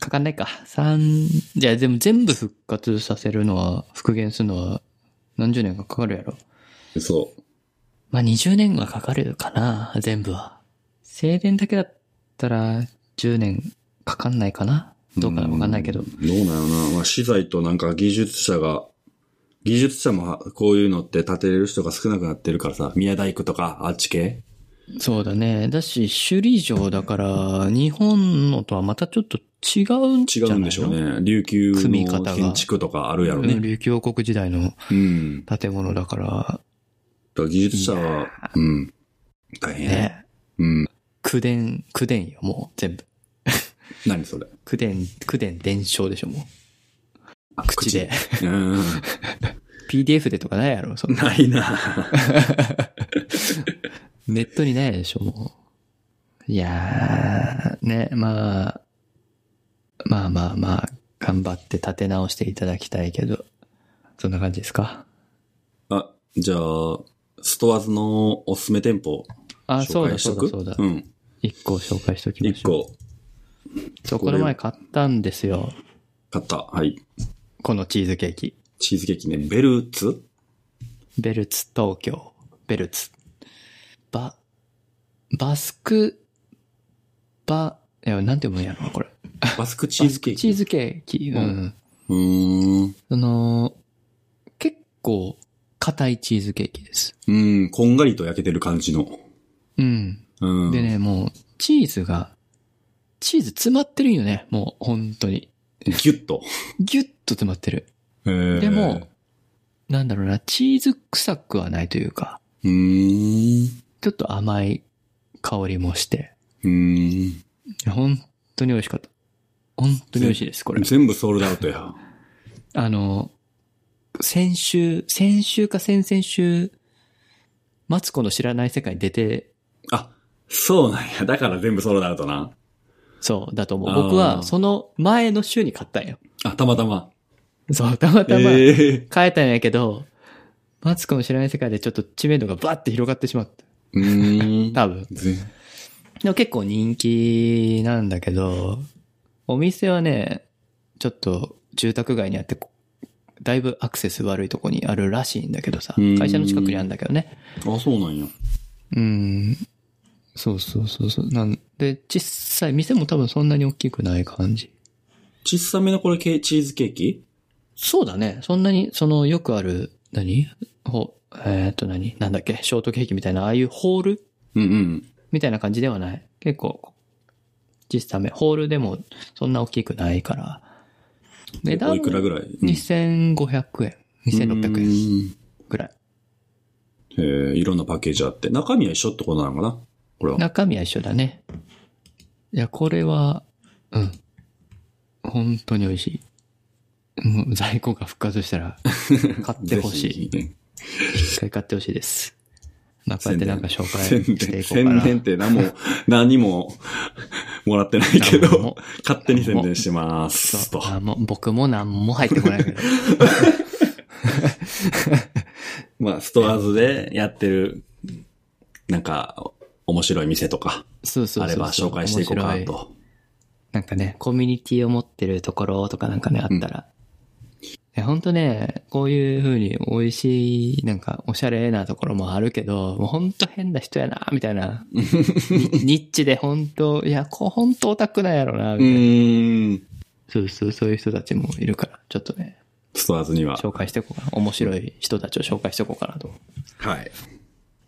かかんないか。三、じゃあでも全部復活させるのは、復元するのは、何十年かかかるやろ。
そ
まあ、20年はかかるかな、全部は。静電だけだったら、10年かかんないかな。
う。
どうかわかんないけど
う。どうなのな。まあ資材となんか技術者が、技術者もはこういうのって建てれる人が少なくなってるからさ、宮大工とかあっち系
そうだね。だし、首里城だから、日本のとはまたちょっと違うん
違
じゃないの
うんでしょうね。琉球
組み方
の
が
建築とかあるやろ
う
ね
ん。琉球王国時代の
うん。だ
建物だから、
から技術者は、うん。大変。
ね。
うん。
苦伝、苦伝よ、もう、全部。
何それ。
苦伝、苦伝伝承でしょ、もう。口で。
うん。
PDF でとかないやろ、そんな。
ないな
ネットにないでしょ、もう。いやー、ね、まあ、まあまあまあ、頑張って立て直していただきたいけど、そんな感じですか
あ、じゃあ、ストアズのおすすめ店舗、
あ、
紹
そうだ、
介し
そ
と
うだ、
く
そうだ。
うん。
一個紹介しておきま
一
しょう。
個
そう、この前買ったんですよ。
買った。はい。
このチーズケーキ。
チーズケーキね。ベルツ
ベルツ東京。ベルツ。バ、バスク、バ、いや、なんて読むんやろな、これ。
バスクチーズケーキ。
チーズケーキ。うん。
うんうーん。
その、結構、硬いチーズケーキです。
うん、こんがりと焼けてる感じの。
うん。
うん。
でね、もう、チーズが、チーズ詰まってるんよね。もう、本当に。
ギュッと。
ギュッと詰まってる。で
で
も、、なんだろうな、チーズ臭くはないというか、
うーん。
ちょっと甘い香りもして、
うーん。
本当に美味しかった。本当に美味しいです、これ。
全部ソールドアウトや。
あの、先週、先週か先々週、マツコの知らない世界に出て、
あ、そうなんや。だから全部ソールドアウトな。
そう、だと思
あ
う。
ー
僕は、その前の週に買ったんよ。
あ、たまたま。
そう、たまたま
ええ
買えたんやけど、マツコの知らない世界でちょっと知名度がバッて広がってしまった。
うーん。
多分。
ぜ
でも結構人気なんだけど、お店はね、ちょっと住宅街にあって、こだいぶアクセス悪いとこにあるらしいんだけどさ
うん、
会社の近くにあるんだけどね。
あ、そうなんや。
うん。そうそうそうそう。なんで、小さい、店も多分そんなに大きくない感じ。
小さめのこれケーチーズケーキ
そうだね。そんなに、その、よくある、何ほ、えーっと何なんだっけショートケーキみたいな、ああいうホール
うんうん。
みたいな感じではない。結構、実際め、ホールでもそんな大きくないから。値段
おいくらぐらい、うん、
2500円。2600円
円。
ぐらい。
えー、いろんなパッケージあって。中身は一緒ってことなのかなこれは。
中身は一緒だね。いや、これは、うん。本当に美味しい。もう在庫が復活し たら、買ってほしい。
い。ね
一回買ってほしいです。まあ、こうやってなんか紹
宣
介し
伝、
ていこうか
宣
な。
伝って何 も、何ももらってないけ
何も
ど、勝手に宣伝してま
そう
す。と。
あもう僕も何も入ってこないけど。
まあ、ストアーズでやってる、なんか、面白い店とか、
そうそうそうそう。
あれば紹介していこうか
面
な
白い
と。
なんかね、コミュニティを持ってるところとかなんかね、あったら。えほんとね、こういう風に美味しい、なんかおしゃれなところもあるけど、もうほんと変な人やな、みたい な。ニニッチでほんと、いや、こうほんとオタクなんやろ
う
な、みたいな。
ーん。
そうそう、そういう人たちもいるから、ちょっとね、
ストアーズには。
紹介していこうかな。面白い人たちを紹介していこうかなと。
はい。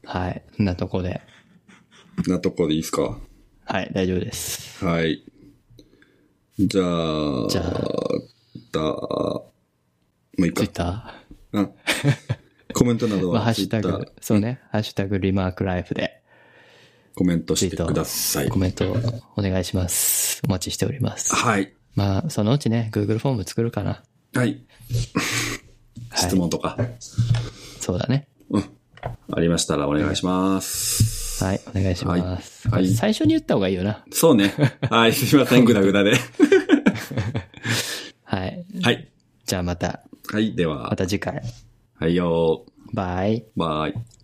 はい。そんなとこで。
なとこでいいですか
はい、大丈夫です。
はい。じゃあ、
じゃあ
だ、もういい
ツイッ
か。
タ
う
ー。
ん。コメントなど
まあ、
は、
ハッシュタ
Twitter
グ、そうね、ハッシュタグリマークライフで。
コメントして
ツイート
ください
コ。メントをお願いします。お待ちしております。
はい。
まあ、そのうちね、Google フォーム作るかな。
はい。
はい
質問とか、
そうだね。
ありましたらお願いします。
はい、お願いします。
はいはい
最初に言った方がいいよな。
そうね。はい、すいません、ぐだぐだで。
はい。
はい。
じゃあまた、
はい、では
ま。た次回。
はいよ
バイ。
ー。バイ。